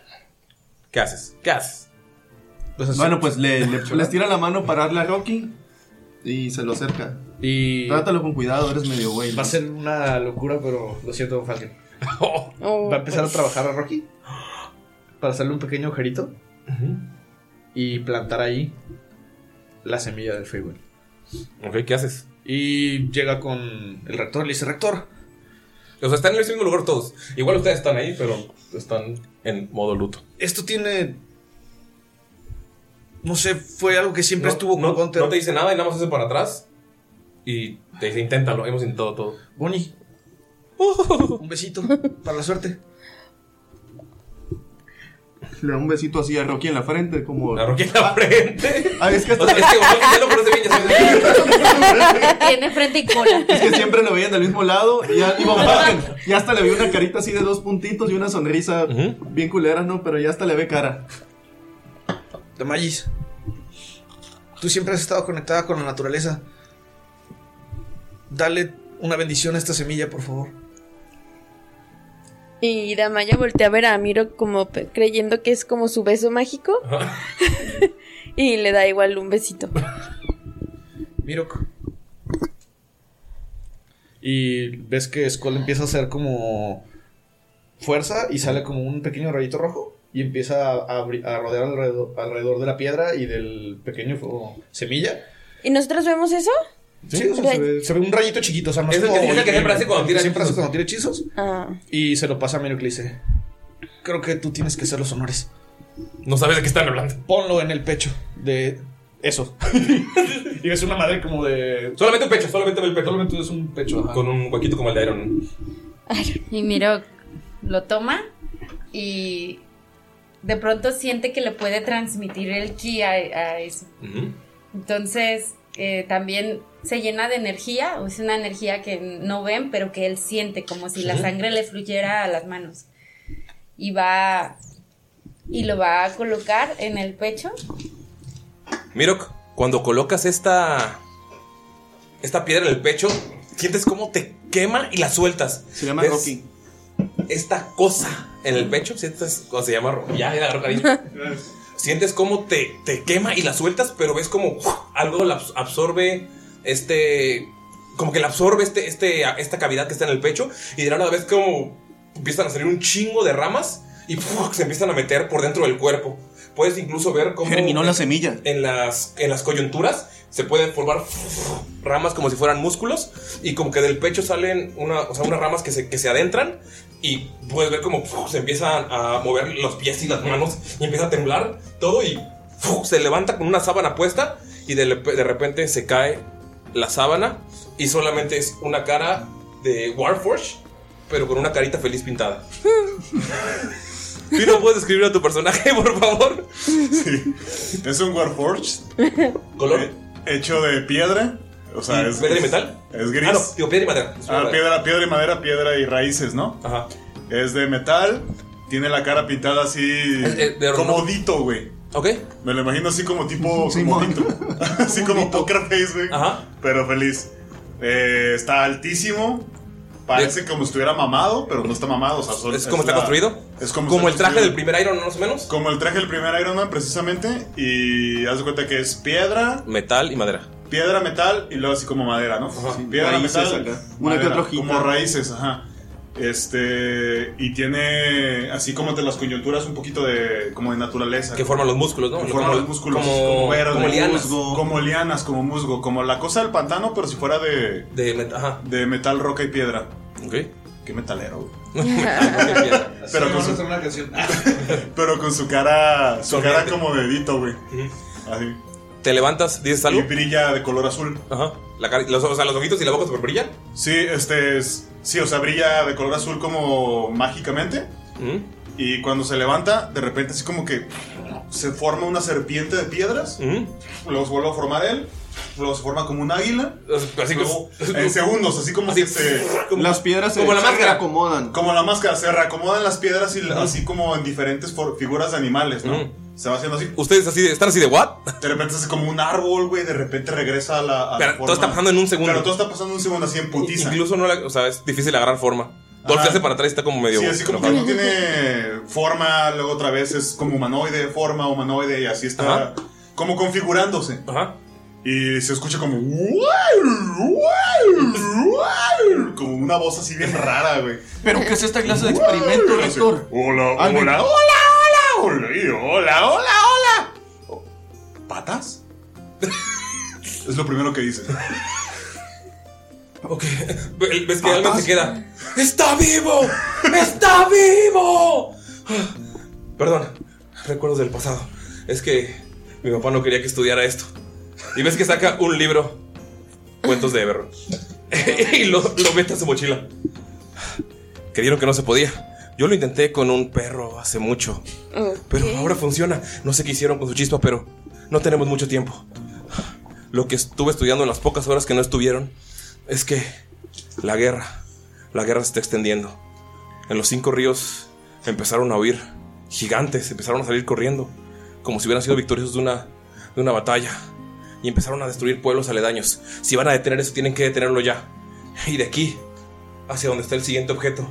¿Qué haces? ¿Qué haces?
bueno, pues le, le- les tira la mano para darle a Rocky y se lo acerca.
Y...
Trátalo con cuidado, eres medio güey.
Va a ser una locura, pero lo siento, Von Falken.
Oh.
Va a empezar a trabajar a Rocky. Para hacerle un pequeño agujerito. Y plantar ahí la semilla del Feywild.
Ok, ¿qué haces?
Y llega con el rector, le dice rector.
O sea, están en el mismo lugar todos. Igual ustedes están ahí, pero están en modo luto.
Esto tiene. No sé, fue algo que siempre estuvo con Gunter.
No te dice nada y nada más hace para atrás. Y te dice, inténtalo. Hemos intentado todo.
Bonnie. un besito para la suerte.
Le da un besito así a Rocky en la frente, como...
A Rocky en la frente.
Ah, es que hasta-
Tiene frente y cola.
Es que siempre lo veían del mismo lado y, ya, y Von Falken, ya hasta le vi una carita así de dos puntitos y una sonrisa bien culera, ¿no? Pero ya hasta le ve cara.
De Magis. Tú siempre has estado conectada con la naturaleza. Dale una bendición a esta semilla, por favor.
Y Damaya voltea a ver a Miro como pe- creyendo que es como su beso mágico. y le da igual un besito.
Mirok. Y ves que Skull empieza a hacer como fuerza y sale como un pequeño rayito rojo y empieza a, a bri- a rodear alrededor, alrededor de la piedra y del pequeño fuego- semilla.
¿Y nosotros vemos eso?
Sí, o sea, se, ve, se ve un rayito chiquito, o sea, no
Es
sé
el que- es el que siempre hace cuando tira
siempre hace
hechizos.
cuando tira hechizos.
Ah.
Y se lo pasa a Mirok y le dice, creo que tú tienes que hacer los honores.
No sabes de qué están hablando.
Ponlo en el pecho de eso. y ves una madre como de...
Solamente un pecho, solamente el pecho.
Solamente es un pecho.
Con un huequito como el de Iron. Man.
Y miro, lo toma y de pronto siente que le puede transmitir el ki a, a eso. Entonces, eh, también se llena de energía, o es una energía que no ven, pero que él siente, como si la
Ujú.
sangre le fluyera a las manos. Y va. Y lo va a colocar en el pecho.
Mirok, cuando colocas esta. Esta piedra en el pecho, sientes cómo te quema y la sueltas. Se llama Rocky. Esta cosa en el pecho, sientes. ¿Cómo se llama Rocky? Ya, ya, agarró cariño. Sientes cómo te, te quema y la sueltas, pero ves como ¡uf! algo la abs- absorbe este. Como que la absorbe este, este, esta cavidad que está en el pecho. Y de la nada ves como empiezan a salir un chingo de ramas y ¡puf! se empiezan a meter por dentro del cuerpo. Puedes incluso ver cómo.
Germinó la semilla.
En las, en las coyunturas se pueden formar ramas como si fueran músculos. Y como que del pecho salen una, o sea, unas ramas que se, que se adentran. Y puedes ver como se empiezan a mover los pies y las manos. Y empieza a temblar todo. Y se levanta con una sábana puesta. Y de, lep- de repente se cae la sábana. Y solamente es una cara de Warforge. Pero con una carita feliz pintada. ¿Tú no puedes describir a tu personaje, por favor?
Sí. Es un Warforged.
¿Color?
Eh, hecho de piedra. O sea,
¿Y
es.
piedra y
es-
metal?
Es gris.
Ah, no, digo, piedra y madera. Es
Ah,
una-
piedra, piedra y madera, piedra y raíces, ¿no?
Ajá.
Es de metal. Tiene la cara pintada así. como Dito, güey.
eh, Ok.
Me lo imagino así como tipo. como Dito. así como Poker Face, güey.
Ajá.
Pero feliz. Eh, está altísimo. Parece como si estuviera mamado, pero no está mamado. o sea, solo-
¿Es como está construido?
Es como,
Como el traje del
primer
Iron Man, más o menos.
Como el traje del primer Iron Man, precisamente. Y haz de cuenta que es piedra,
Metal y madera.
piedra, metal y luego así como madera, ¿no? Sí, piedra,
raíces
metal.
acá. Una que
madera,
otra hojita.
Como raíces, ajá. Este. Y tiene. Así como de las coyunturas un poquito de. Como de naturaleza.
Que forman los músculos, ¿no?
Que
Lo-
forman
como-
los músculos.
como-
verde,
como lianas.
musgo, Como lianas, como musgo. Como la cosa del pantano, pero si fuera de.
De, ajá.
de metal, roca y piedra.
Ok.
Qué metalero, güey.
Pero
pero con
vamos a
su
hacer una canción.
pero con su cara. Su cara
Sonriente.
como dedito, güey. Así.
Te levantas, dices algo.
Y brilla de color azul.
Ajá. La cara- los, o sea, los ojitos y la boca super brillan.
Sí, este es. Sí, o sea, brilla de color azul como mágicamente.
Mm.
Y cuando se levanta, de repente así como que se forma una serpiente de piedras.
Mm.
Los vuelve a formar él. Los forma como un águila.
Así
Luego,
como-
en segundos, así como que se.
como- Las piedras se- como la se máscara.
acomodan. Como la máscara, se reacomodan las piedras y así como en diferentes for- figuras de animales, ¿no? Se va haciendo así.
Ustedes así de- están así de what?
De repente es como un árbol, güey. De repente regresa a la. a la
Pero todo
forma-
está pasando en un segundo.
Pero todo está pasando en un segundo, así en putiza.
Incluso no la- o sea, es difícil agarrar forma. Dolph
Ajá.
se hace para atrás y está como medio.
Sí, así como que
enojado.
no tiene forma, luego otra vez es como humanoide, forma humanoide, y así está como configurándose. Y se escucha como. Como una voz así bien rara, güey.
¿Pero qué es esta clase de experimento, Héctor?
Hola, hola,
Alvin.
hola, hola, hola, y hola, hola, hola. ¿Patas? es lo primero que dice.
Ok. Ve- Ves que alguien se queda. ¡Está vivo! ¡Está vivo! Perdón, recuerdos del pasado. Es que mi papá no quería que estudiara esto. Y ves que saca un libro, Cuentos de Everro. y lo, lo mete a su mochila. Creyeron que no se podía. Yo lo intenté con un perro hace mucho. Pero ahora funciona. No sé qué hicieron con su chispa, pero no tenemos mucho tiempo. Lo que estuve estudiando en las pocas horas que no estuvieron es que la guerra, la guerra se está extendiendo. En los cinco ríos empezaron a huir gigantes, empezaron a salir corriendo, como si hubieran sido victoriosos de una, de una batalla. Y empezaron a destruir pueblos aledaños. Si van a detener eso, tienen que detenerlo ya. Y de aquí, hacia donde está el siguiente objeto,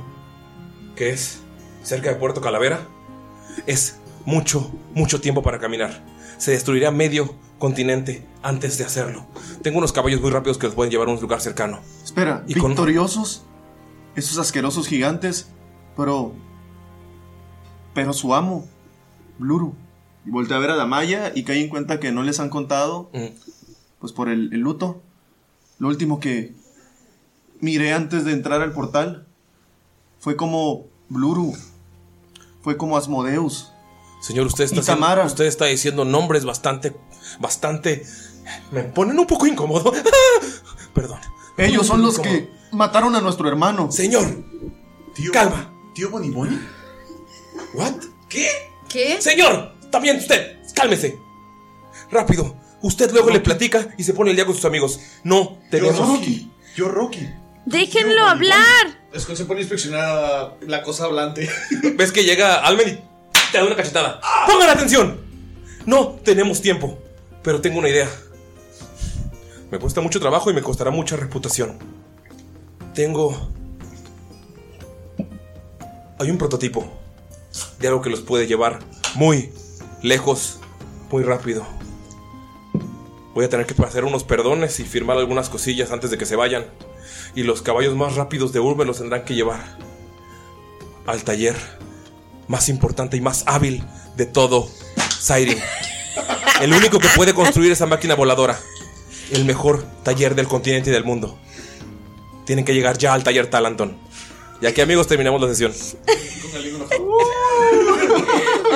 que es cerca de Puerto Calavera, es mucho, mucho tiempo para caminar. Se destruirá medio continente antes de hacerlo. Tengo unos caballos muy rápidos que los pueden llevar a un lugar cercano.
Espera, victoriosos. Esos asquerosos gigantes. Pero. Pero su amo, Bluru.
Y voltea a ver a Damaya y cae en cuenta que no les han contado,
Mm.
pues por el, el luto. Lo último que miré antes de entrar al portal fue como Bluru, fue como Asmodeus.
Señor, usted está,
Y
haciendo- usted está diciendo nombres bastante, bastante... Me ponen un poco incómodo.
Ellos son los que mataron a nuestro hermano.
Señor,
tío,
calma.
¿Tío Boniboni?
¿What? ¿Qué?
¿Qué?
Señor, también usted, cálmese. Rápido, usted luego le platica y se pone el día con sus amigos. No, tenemos.
Rocky, Yo, Rocky.
¡Déjenlo hablar!
Es que se pone a inspeccionar la cosa hablante.
Ves que llega Almen y te da una cachetada.
Ah.
¡Pongan atención! No tenemos tiempo, pero tengo una idea. Me cuesta mucho trabajo y me costará mucha reputación. Tengo. Hay un prototipo de algo que los puede llevar muy lejos, muy rápido. Voy a tener que hacer unos perdones y firmar algunas cosillas antes de que se vayan. Y los caballos más rápidos de Urbe los tendrán que llevar al taller más importante y más hábil de todo Siren. El único que puede construir esa máquina voladora. El mejor taller del continente y del mundo. Tienen que llegar ya al taller Talanton. Y aquí, amigos, terminamos la sesión.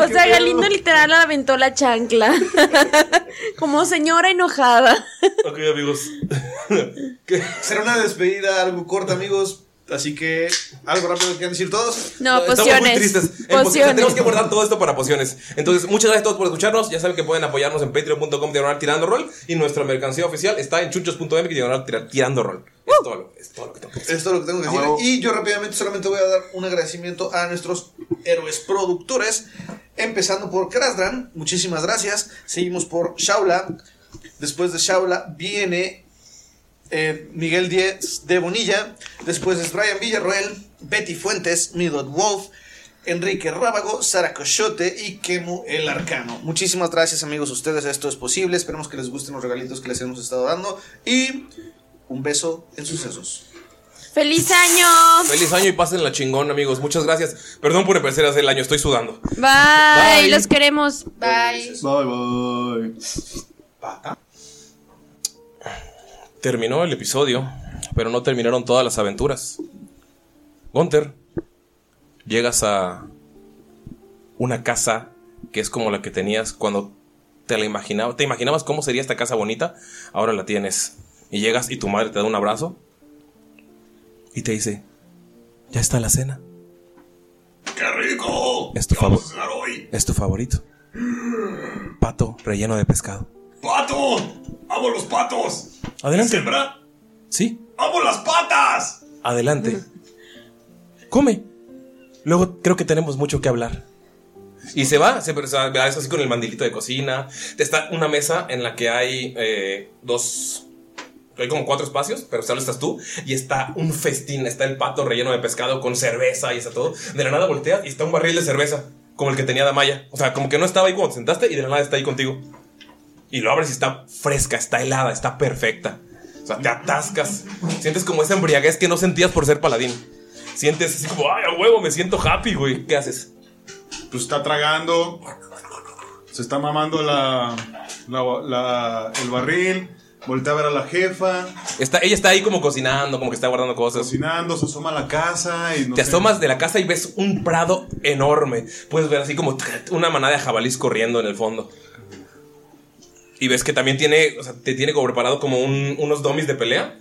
O sea, Galindo literal aventó la chancla. Como señora enojada.
Ok, amigos.
Será una despedida algo corta, amigos. Así que algo rápido que quieran decir todos.
No,
Estamos muy
pociones.
tristes. En pociones. Tenemos que guardar todo esto para pociones. Entonces, muchas gracias a todos por escucharnos. Ya saben que pueden apoyarnos en patreon.com diagonal tirando rol. Y nuestra mercancía oficial está en chunchos.mx diagonal tira- tirando rol. Es todo lo- es todo lo que tengo que decir.
Es todo lo que tengo que
A
decir.
huevo.
Y yo rápidamente solamente voy a dar un agradecimiento a nuestros héroes productores. Empezando por Krasdran, muchísimas gracias. Seguimos por Shaula. Después de Shaula viene eh, Miguel Díez de Bonilla. Después es Brian Villarroel, Betty Fuentes, Midod Wolf, Enrique Rábago, Sara Cochote y Kemu el Arcano. Muchísimas gracias amigos, ustedes esto es posible. Esperemos que les gusten los regalitos que les hemos estado dando. Y un beso en sus sesos.
¡Feliz año!
Feliz año y pasen la chingón, amigos. Muchas gracias. Perdón por empezar a hacer el año, estoy sudando.
Bye,
Bye.
los queremos.
Bye.
Bye, bye. Terminó el episodio, pero no terminaron todas las aventuras. Gunter, llegas a una casa que es como la que tenías cuando te la imaginabas. Te imaginabas cómo sería esta casa bonita, ahora la tienes. Y llegas y tu madre te da un abrazo y te dice, ya está la cena.
¡Qué rico!
Es tu,
¿Qué vamos a
favor-
cenar hoy?
es tu favorito. Pato relleno de pescado.
¡Pato! ¡Amo los patos!
Adelante.
¿Sembra?
Sí,
¡Amo las patas!
adelante. Come. Luego creo que tenemos mucho que hablar. Y se va, se o sea, va, es así con el mandilito de cocina. Está una mesa en la que hay eh, dos. Hay como cuatro espacios, pero solo estás tú. Y está un festín, está el pato relleno de pescado con cerveza y está todo. De la nada volteas y está un barril de cerveza, como el que tenía Damaya. O sea, como que no estaba ahí cuando te sentaste y de la nada está ahí contigo. Y lo abres y está fresca, está helada, está perfecta. O sea, te atascas. Sientes como esa embriaguez que no sentías por ser paladín. Sientes así como, ay, a huevo, me siento happy, güey. ¿Qué haces?
Pues está tragando. Se está mamando la, la- la- el barril. Voltea a ver a la jefa.
Está, ella está ahí como cocinando, como que está guardando cosas.
Cocinando, se asoma a la casa. Y no
Te
sé.
asomas de la casa y ves un prado enorme. Puedes ver así como una manada de jabalís corriendo en el fondo. Y ves que también tiene, o sea, te tiene como preparado como un- unos dummies de pelea.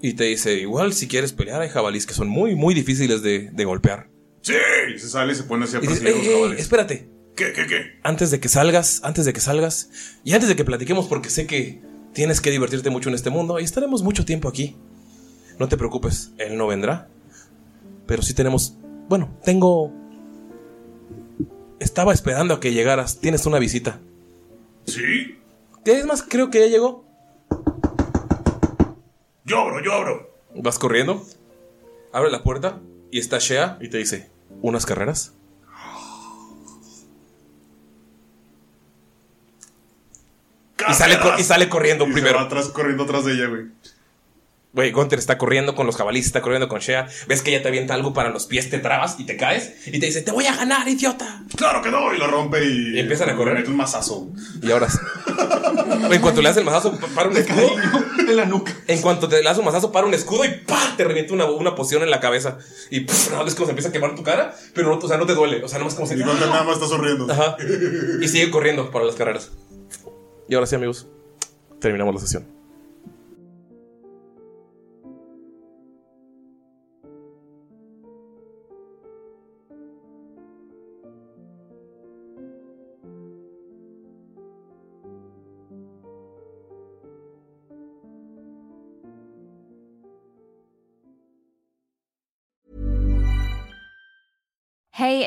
Y te dice, igual si quieres pelear hay jabalís que son muy, muy difíciles de, de golpear.
Sí, y se sale y se pone así a
Y dices,
perseguir a los
"Ey, ey,
jabalíes.
espérate.
¿Qué, qué, qué?
Antes de que salgas, antes de que salgas, y antes de que platiquemos, porque sé que tienes que divertirte mucho en este mundo y estaremos mucho tiempo aquí. No te preocupes, él no vendrá. Pero sí tenemos. Bueno, tengo. Estaba esperando a que llegaras. Tienes una visita.
¿Sí?
¿Qué es más? Creo que ya llegó.
Yo abro, yo abro.
Vas corriendo, abre la puerta y está Shea y te dice: ¿Unas carreras? Y sale, cor- y sale corriendo primero.
atrás, corriendo atrás de ella, güey.
Güey, Gunter está corriendo con los jabalíes, está corriendo con Shea. Ves que ella te avienta algo para los pies, te trabas y te caes. Y te dice, te voy a ganar, idiota.
Claro que no. Y lo rompe y.
empiezan a correr.
Le mete un mazazo.
Y ahora. en cuanto le das el mazazo, pa- para un escudo. En la nuca. En cuanto te le das un mazazo, para un escudo y ¡pah! Te revienta una, una poción en la cabeza. Y pff, no, ves cómo se empieza a quemar tu cara, pero no, o sea, no te duele. O sea, nomás como se.
Y Gunter nada más está sonriendo.
Ajá. Y sigue corriendo para las carreras. Y ahora sí, amigos, terminamos la sesión.
Hey,